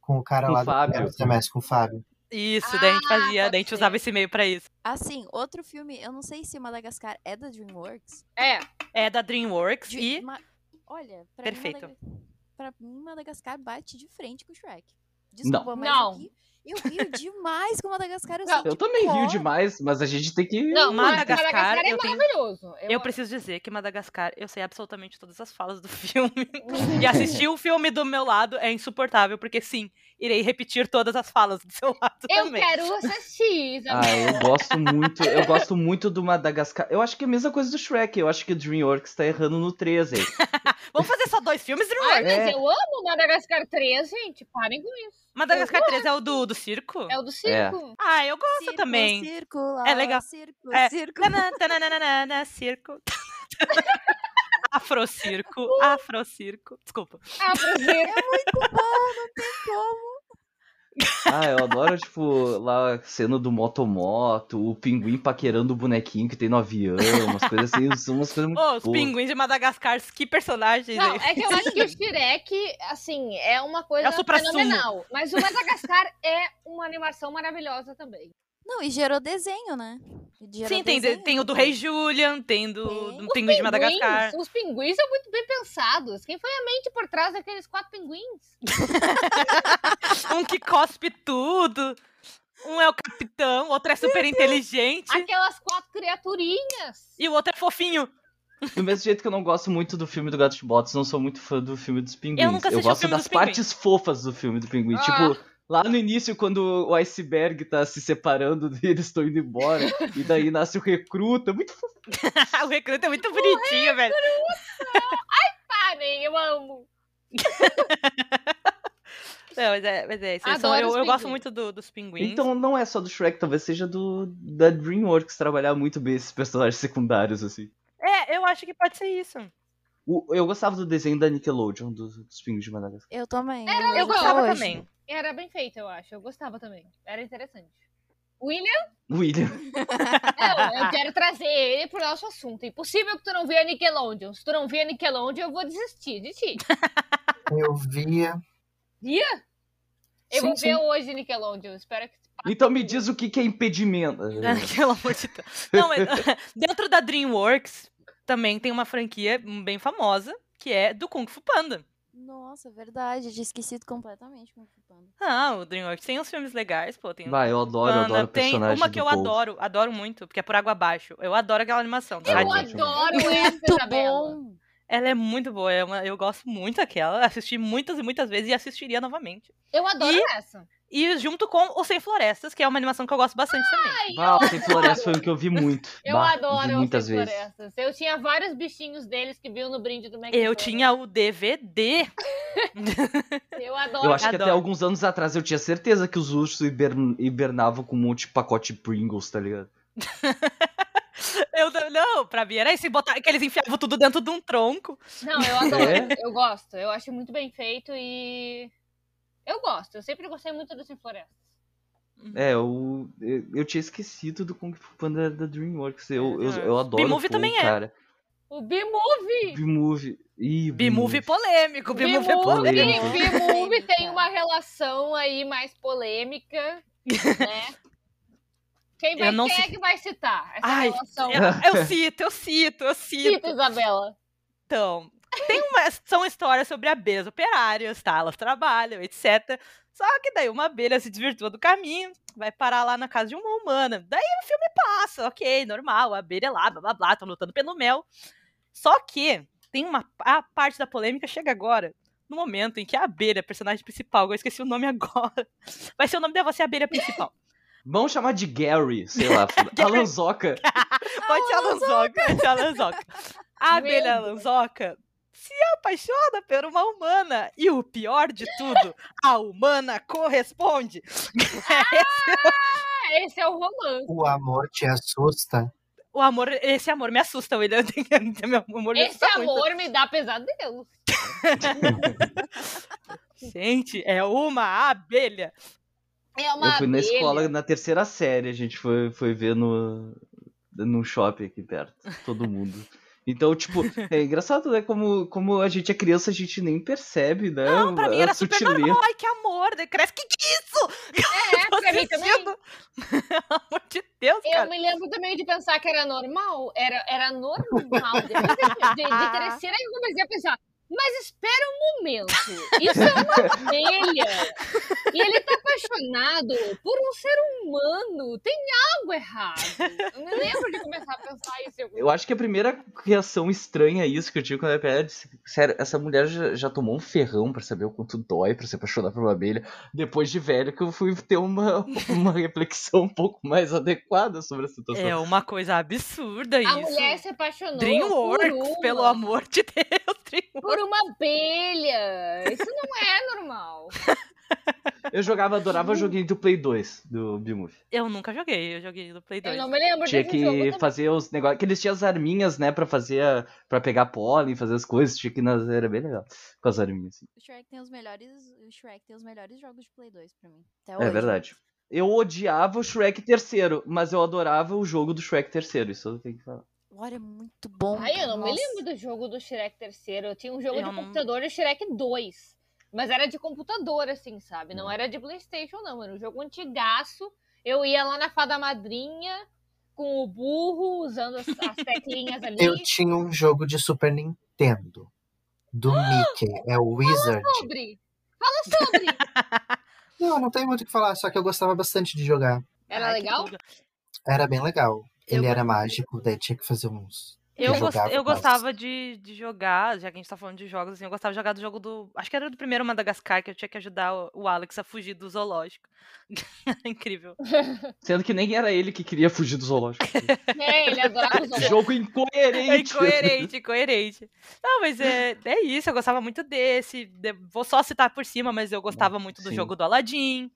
com o cara Com o lá Fábio. do primeiro semestre, com o Fábio. Isso, daí a gente Ah, fazia, pode daí a gente ser. usava esse e-mail pra isso. Assim, outro filme, eu não sei se Madagascar é da DreamWorks. É, É da DreamWorks de- e ma- olha, pra Perfeito. mim Madaga- pra mim Madagascar bate de frente com o Shrek. Desculpa, mas Não. aqui eu rio demais com Madagascar, eu Não. senti eu também rio dó. demais, mas a gente tem que. não, Madagascar, Madagascar, Madagascar é eu tenho- maravilhoso. eu preciso dizer que Madagascar, eu sei absolutamente todas as falas do filme. E assistir o filme do meu lado é insuportável, porque sim, irei repetir todas as falas do seu lado Eu também. quero assistir, é Isabel. Ah, eu gosto muito, eu gosto muito do Madagascar. Eu acho que é a mesma coisa do Shrek, eu acho que o DreamWorks tá errando no 13. aí. Vamos fazer só dois filmes, DreamWorks? Ai, mas É. eu amo Madagascar 3, gente. Parem com isso. Madagascar 3 é o do, do circo? É o do circo. Ah, eu gosto Circo, também. Circo, É legal. Circo, É. circo. Tanã, tananana, circo. Afrocirco, afrocirco. Desculpa. Ah, pro circo. Ah, eu adoro, tipo, lá a cena do Motomoto, o pinguim paquerando o bonequinho que tem no avião, umas coisas assim, são umas coisas muito. Ô, os boas. pinguins de Madagascar, que personagens. Não, hein? é que eu acho que o Shrek, assim, é uma É coisa o suprassumo. fenomenal. Mas o Madagascar é uma animação maravilhosa também. Não, e gerou desenho, né? E gerou Sim, tem, de- desenho, tem o do então. Rei Julian, é né? tem do, do Os Um Pinguim de Madagascar. pinguins, Os pinguins são muito bem pensados. Quem foi a mente por trás daqueles quatro pinguins? Um que cospe tudo. Um é o capitão, o outro é super inteligente. Aquelas quatro criaturinhas. E o outro é fofinho. Do mesmo jeito que eu não gosto muito do filme do Gato de Botas, não sou muito fã do filme dos pinguins. nunca assisti o gosto filme das dos pinguins. partes fofas do filme do pinguim. Ah. Tipo, lá no início, quando o iceberg tá se separando deles, estão indo embora. e daí nasce o recruta. Muito fofo. o recruta é muito bonitinho, velho. Parem, eu amo. Não, mas é, mas é isso. eles são- Adoro eu, os eu gosto pinguins. muito do- dos pinguins. Então não é só do Shrek, talvez seja do da DreamWorks trabalhar muito bem esses personagens secundários, assim. É, eu acho que pode ser isso. O- eu gostava do desenho da Nickelodeon, dos, dos pinguins de Madagascar. Eu também. Era- Eu Até gostava hoje. também. Era bem feito, eu acho. Eu gostava também. Era interessante. William, William. É, eu, eu quero trazer ele pro nosso assunto. É Impossível que tu não via Nickelodeon. Se tu não via Nickelodeon, eu vou desistir de ti. Eu via. Via? Eu Sim, vou sim. ver hoje Nickelodeon. Espero que. Então me diz o que, que é impedimento. Pelo amor de Deus. Não, mas, dentro da DreamWorks também tem uma franquia bem famosa, que é do Kung Fu Panda. Nossa, é verdade. Eu tinha esquecido completamente como Panda. Ah, o DreamWorks tem uns filmes legais, pô. Tem o Vai, eu adoro, eu Panda, adoro o tem personagem uma que do eu Paul. adoro, adoro muito, porque é por água abaixo. Eu adoro aquela animação. Eu tadinha. Tá ótimo. adoro essa, Muito Isabela. bom. Ela é muito boa, é uma- eu gosto muito daquela. Assisti muitas e muitas vezes e assistiria novamente. Eu adoro essa. E junto com O Sem Florestas, que é uma animação que eu gosto bastante também. Ai, Bah, o Sem Floresta foi um que eu vi muito. Eu Bah, adoro vi os muitas Sem vezes. Florestas. Eu tinha vários bichinhos deles que vinham no brinde do McDonald's. Eu tinha o DVD. Eu adoro. Eu acho que até Adoro. alguns anos atrás eu tinha certeza que os ursos hibern- hibernavam com um monte de pacote Pringles, tá ligado? Eu, não- não, pra mim era esse botar que eles enfiavam tudo dentro de um tronco. Não, eu adoro. É? Eu gosto. Eu acho muito bem feito e. Eu gosto. Eu sempre gostei muito do Sem Florestas. É, eu, eu, eu tinha esquecido do Kung Fu Panda da DreamWorks. Eu, eu, eu DreamWorks. adoro. B-Movie o Paul, Uhum. também é. Cara. O B-Movie! B-Movie. Ih, B-Movie polêmico, B-Movie é polêmico. B-Movie polêmico. B-Movie tem Polêmica. uma relação aí mais polêmica, né? Quem, vai, Eu não quem é sei- que vai citar essa Ai, relação? Eu, eu cito, eu cito, eu Cita, cito. Isabela. Então, tem uma, são histórias sobre abelhas operárias, tá? Elas trabalham, etc. Só que daí uma abelha se desvirtua do caminho, vai parar lá na casa de uma humana. Daí o filme passa, ok, normal, a abelha é lá, blá blá blá, estão lutando pelo mel. Só que tem uma a parte da polêmica chega agora, no momento em que a abelha, a personagem principal, eu esqueci o nome agora, vai ser o nome dela, vai ser a abelha principal. Vamos chamar de Gary, sei lá. Alan Zoca. Pode ser a lanzoca, pode ser a lanzoca. A abelha lanzoca se apaixona por uma humana. E o pior de tudo, a humana corresponde. Ah, esse é o romance. O amor te assusta. O amor, esse amor me assusta, William. Meu amor me Esse assusta tá muito. amor me dá pesadelo. Gente, é uma abelha. É uma eu fui na abelha. escola na terceira série, a gente foi, foi ver no, num shopping aqui perto, todo mundo. Então, tipo, é engraçado, né? Como, como a gente é criança, a gente nem percebe, né? Não, pra mim a era super normal. Ai, que amor. daí Cresce, que que é isso? É, Tô pra mim também. assistindo. Pelo amor de Deus, Eu cara. me lembro também de pensar que era normal. Era, era normal. Depois de, de, de crescer, aí eu comecei a pensar. Mas espera um momento. Isso é uma abelha. E ele tá apaixonado por um ser humano. Tem algo errado. Eu me lembro de começar a pensar isso. em algum Eu acho que a primeira reação estranha a isso que eu tive quando eu era pequeno, eu disse, sério, essa mulher já, já tomou um ferrão pra saber o quanto dói pra se apaixonar por uma abelha. Depois de velho que eu fui ter uma, uma reflexão um pouco mais adequada sobre a situação. É uma coisa absurda A isso. mulher se apaixonou por Dreamworks, uma, pelo amor de Deus, Dreamworks. por uma abelha. Isso não é normal. Eu jogava, adorava joguinho do Play 2 do B-Movie. Eu nunca joguei, eu joguei no Play 2. Eu não me lembro Tinha desse jogo que também. fazer os negócios. Que eles tinham as arminhas, né? Pra fazer. a- Pra pegar pólen, fazer as coisas. Tinha que ir nas. Era bem legal. Com as arminhas, assim. O Shrek tem os melhores. O Shrek tem os melhores jogos de Play 2 pra mim. Até É hoje. verdade. Eu odiava o Shrek terceiro, mas eu adorava o jogo do Shrek terceiro. Isso eu tenho que falar. Olha, é muito bom. Ai, eu cara, não me nossa. lembro do jogo do Shrek terceiro. Eu tinha um jogo Eu de não- computador e Shrek 2. Mas era de computador, assim, sabe? Não era de Playstation, não. Era um jogo antigaço. Eu ia lá na Fada Madrinha com o burro, usando as, as teclinhas ali. Eu tinha um jogo de Super Nintendo. Ah! Do Mickey. É o Wizard. Sobre! Fala sobre! Não, não tem muito o que falar, só que eu gostava bastante de jogar. Era Ai, que legal? tudo. Era bem legal. Eu Ele era mágico, daí tinha que fazer uns. Eu, Eu gos- jogava, eu nossa. gostava de, de jogar, já que a gente tá falando de jogos, assim, eu gostava de jogar do jogo do. Acho que era do primeiro Madagascar, que eu tinha que ajudar o, o Alex a fugir do zoológico. Incrível. Sendo que nem era ele que queria fugir do zoológico. É, ele adorava os outros. Jogo incoerente. É Incoerente, incoerente. Não, mas é, é isso, eu gostava muito desse. de- vou só citar por cima, mas eu gostava muito do sim. jogo do Aladdin,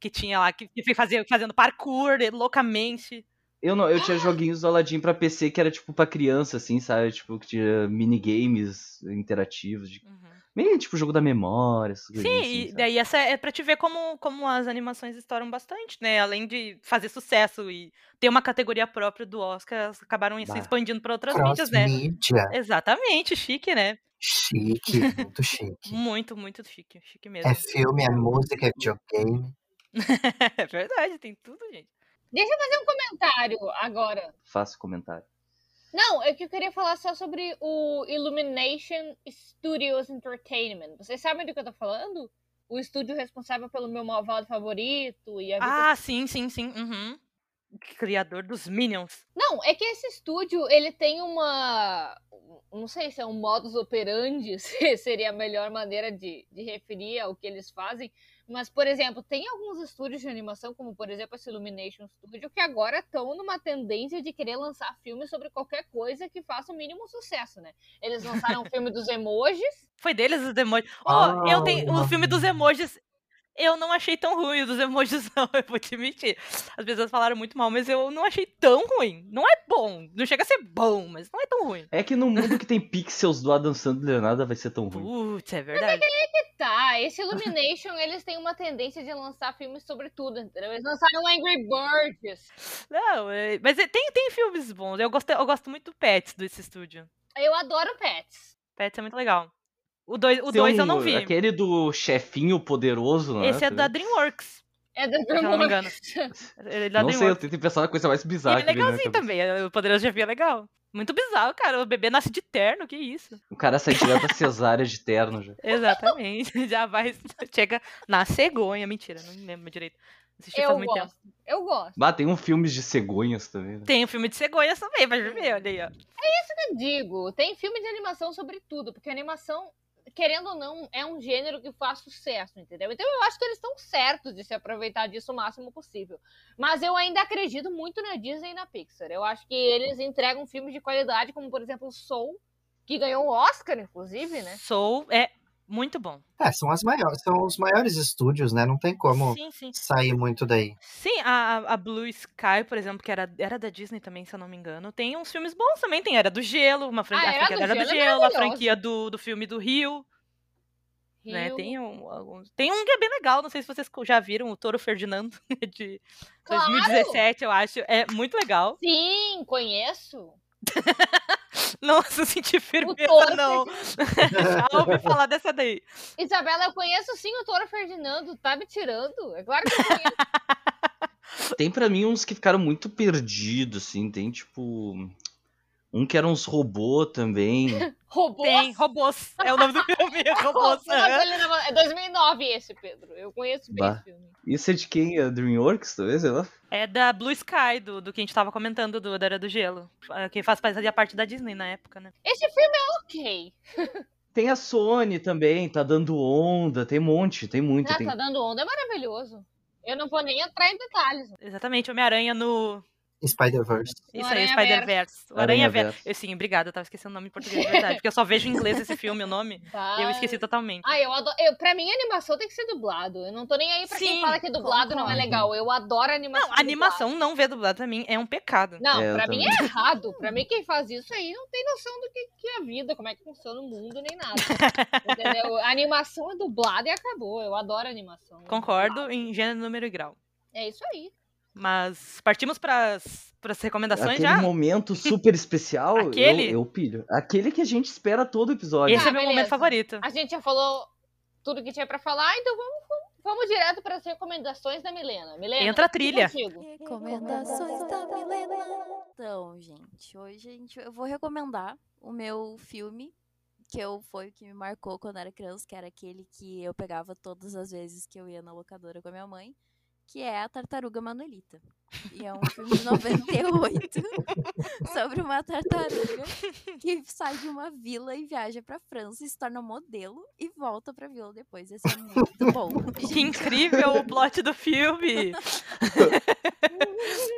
que tinha lá, que, que fazia, fazendo parkour eh, loucamente. Eu não, eu tinha joguinhos do Aladdin pra PC que era tipo pra criança, assim, sabe? Tipo, que tinha minigames interativos. De... Uhum. Meio tipo jogo da memória, essas Sim, coisinhas e assim, sabe? daí essa é pra te ver como, como as animações estouram bastante, né? Além de fazer sucesso e ter uma categoria própria do Oscar, elas acabaram se Bah. expandindo pra outras mídias, né? Cross-mídia. Exatamente, chique, né? Chique, muito chique. Muito, muito chique, chique mesmo. É filme, é música, é videogame. É verdade, tem tudo, gente. um comentário agora. Faço comentário. Não, é que eu queria falar só sobre o Illumination Studios Entertainment. Vocês sabem do que eu tô falando? O estúdio responsável pelo meu malvado favorito e a vida Ah, sim, sim, sim. uhum. Criador dos Minions. Não, é que esse estúdio, ele tem uma. Não sei se é um modus operandi, se seria a melhor maneira de, de referir ao que eles fazem. Mas, por exemplo, tem alguns estúdios de animação, como por exemplo esse Illumination Studio, que agora estão numa tendência de querer lançar filmes sobre qualquer coisa que faça o mínimo sucesso, né? Eles lançaram o filme dos emojis. Foi deles os emojis. Ó, eu tenho o Ah. filme dos emojis. Eu não achei tão ruim o dos emojis, não, eu vou te mentir. As pessoas falaram muito mal, mas eu não achei tão ruim. Não é bom. Não chega a ser bom, mas não é tão ruim. É que no mundo que tem pixels do Adam Sandler, nada vai ser tão ruim. Putz, é verdade. Tá, esse Illumination, eles têm uma tendência de lançar filmes sobre tudo, entendeu? Eles lançaram Angry Birds. Não, é- mas é- tem, tem filmes bons. Eu gosto, eu gosto muito do Pets desse estúdio. Eu adoro Pets. Pets é muito legal. O 2 o Tem dois um- eu não vi. Aquele do chefinho poderoso, né? Esse é da Dreamworks. É da eu não me engano. Dreamworks. Ele é da Não sei, né, eu Dreamworks. tentei pensar na coisa mais bizarra. Ele é que veio na minha legalzinho cabeça. também. é, O Poderoso Chefia é legal. Muito bizarro, cara. O bebê nasce de terno, que isso. O cara sai direto da cesárea de terno já. Exatamente. Já vai. Chega na cegonha. Mentira, não lembro direito. Assisti faz Eu muito tempo. gosto. Eu gosto. Bah, tem um filme de cegonhas também, né? Tem o filme de cegonhas também, vai Uhum. ver, olha aí, ó. Eu digo, tem filme de animação sobre tudo, porque animação, querendo ou não, é um gênero que faz sucesso, entendeu? Então eu acho que eles estão certos de se aproveitar disso o máximo possível. Mas eu ainda acredito muito na Disney e na Pixar. Eu acho que eles entregam filmes de qualidade, como por exemplo Soul, que ganhou o Oscar, inclusive, né? Soul é muito bom. É, são, as maiores, são os maiores estúdios, né? Não tem como Sim, sim. sair muito daí. Sim, a, a- a Blue Sky, por exemplo, que era, era da Disney também, se eu não me engano, tem uns filmes bons também. Tem Era do Gelo, uma franquia, Ah, a Era do franquia da Era do Gelo é Gelo, a maravilhosa. franquia do, do filme do Rio. né? Rio. Tem um, alguns- tem um que é bem legal, não sei se vocês co- já viram, o Toro Ferdinando, de Claro! 2017, eu acho. É muito legal. Sim, conheço. Nossa, eu senti O firmeza, Toro não. Já ouvi falar dessa daí. Isabela, eu conheço sim o Toro Ferdinando, tá me tirando. É claro que eu conheço. Tem pra mim uns que ficaram muito perdidos, assim. Tem tipo. Um que era uns robô também. Robôs? Tem, Robôs. É o nome do filme, é Robôs. Não, aham. ele não- É 2009 esse, Pedro. Eu conheço bem Bah. esse filme. Isso é de quem? É Dreamworks, talvez? Sei lá. É da Blue Sky, do, do que a gente tava comentando, do, da Era do Gelo. Ah, Que faz fazia parte da Disney na época, né? Esse filme é ok. Tem a Sony também, tá dando onda. Tem um monte, tem muito. Ah, tem- tá dando onda, é maravilhoso. Eu não vou nem entrar em detalhes. Exatamente, Homem-Aranha no. Spider-Verse. Isso aí, Aranha-Verso. Spider-Verse. O Aranha Aranha-Verso. Verso. Eu sim, obrigada, eu tava esquecendo o nome em português, de verdade. Porque eu só vejo em inglês esse filme, o nome. Tá? e Eu esqueci totalmente. Ah, eu adoro. Eu, pra mim, animação tem que ser dublado. Eu não tô nem aí pra quem Sim, fala que dublado não é concordo. legal. Eu adoro animação. Não, animação não ver dublado pra mim é um pecado. dublada. Não, É, eu pra mim também. é errado. Pra mim, quem faz isso aí não tem noção do que, que é a vida, como é que funciona o mundo, nem nada. Entendeu? A animação é dublada e acabou. Eu adoro animação. Concordo em gênero, número e grau. É isso aí. Mas partimos pras, pras recomendações Aquele já? momento super especial, eu- Aquele? Eu, pilho. Aquele que a gente espera todo episódio. Esse Tá, é meu beleza. momento favorito. A gente já falou tudo que tinha pra falar, então vamos, vamos- Vamos direto para as recomendações da Milena. Milena, Entra a trilha. contigo. Recomendações da Milena. Então, gente, hoje a gente, eu vou recomendar o meu filme, que eu, foi o que me marcou quando era criança, que era aquele que eu pegava todas as vezes que eu ia na locadora com a minha mãe, que é A Tartaruga Manuelita. E é um filme de 98 sobre uma tartaruga que sai de uma vila e viaja pra França e se torna modelo e volta pra vila depois. Esse é muito bom. Que incrível o plot do filme!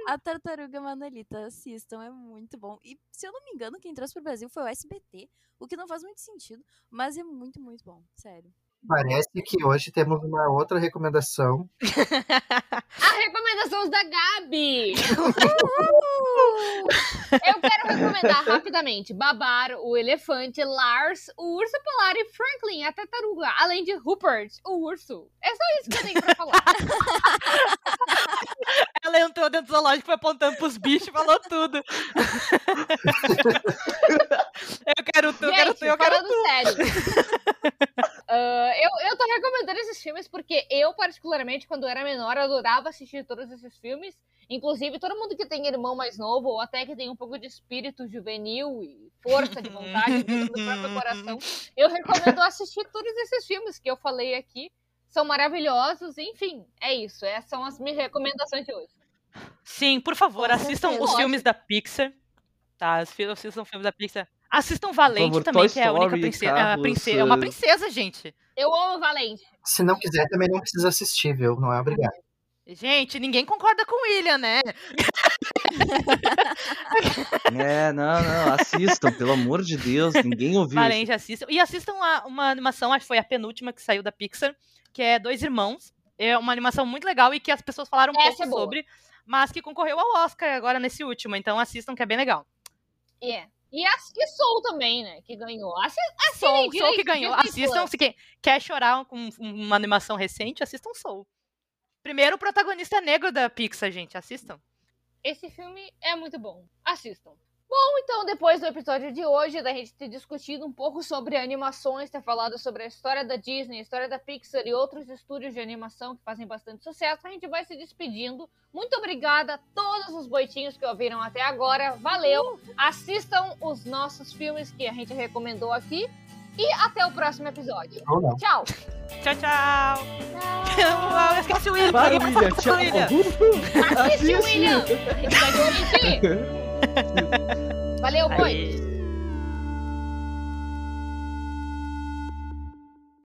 A Tartaruga Manuelita, assistam, é muito bom. E se eu não me engano, quem trouxe pro Brasil foi o SBT, o que não faz muito sentido, mas é muito, muito bom, sério. Parece que hoje temos uma outra recomendação. A recomendação da Gabi. Eu quero recomendar rapidamente Babar, o elefante, Lars, o urso polar e Franklin, a tartaruga, além de Rupert, o urso. É só isso que eu tenho pra falar. Ela entrou dentro do zoológico, foi apontando pros bichos, falou tudo. eu quero tu, eu quero Gente, tu, eu quero falando tu. sério. Ah, eu, eu tô recomendando esses filmes porque eu, particularmente, quando era menor, adorava assistir todos esses filmes. Inclusive, todo mundo que tem irmão mais novo, ou até que tem um pouco de espírito juvenil e força de vontade dentro do próprio coração, eu recomendo assistir todos esses filmes que eu falei aqui. São maravilhosos, enfim, é isso. Essas são as minhas recomendações de hoje. Sim, por favor, Com assistam os certeza. filmes da Pixar. Tá, Assi- assistam filmes da Pixar. Assistam Valente favor, também, Toy que é a única Story, princesa. Carros, princesa. É uma eh, princesa, gente. Eu amo Valente. Se não quiser, também não precisa assistir, viu? Não é obrigado. Gente, ninguém concorda com o William, né? É, não, não, assistam, pelo amor de Deus, ninguém ouviu. isso. Valente, assistam. E assistam a- uma animação, acho que foi a penúltima que saiu da Pixar, que é Dois Irmãos. É uma animação muito legal e que as pessoas falaram um Essa pouco é boa. sobre, mas que concorreu ao Oscar agora nesse último. Então assistam, que é bem legal. E é. E, as, e Soul também, né? Que ganhou. Assi- Assinem Soul, Soul direito, que ganhou. Disney Assistam, Plus. se quem quer chorar com um- uma animação recente, assistam Soul. Primeiro o protagonista negro da Pixar, gente, assistam. Esse filme é muito bom. Assistam. Bom, então, depois do episódio de hoje, da gente ter discutido um pouco sobre animações, ter falado sobre a história da Disney, a história da Pixar e outros estúdios de animação que fazem bastante sucesso, a gente vai se despedindo. Muito obrigada a todos os boitinhos que ouviram até agora. Valeu! Assistam os nossos filmes que a gente recomendou aqui. E até o próximo episódio. Ou não. Tchau! Tchau, tchau. Uau, Esquece o William. Para, esquece William, o tchau. William. Assiste, William! A gente vai te corrigir. Valeu, boi! Aê.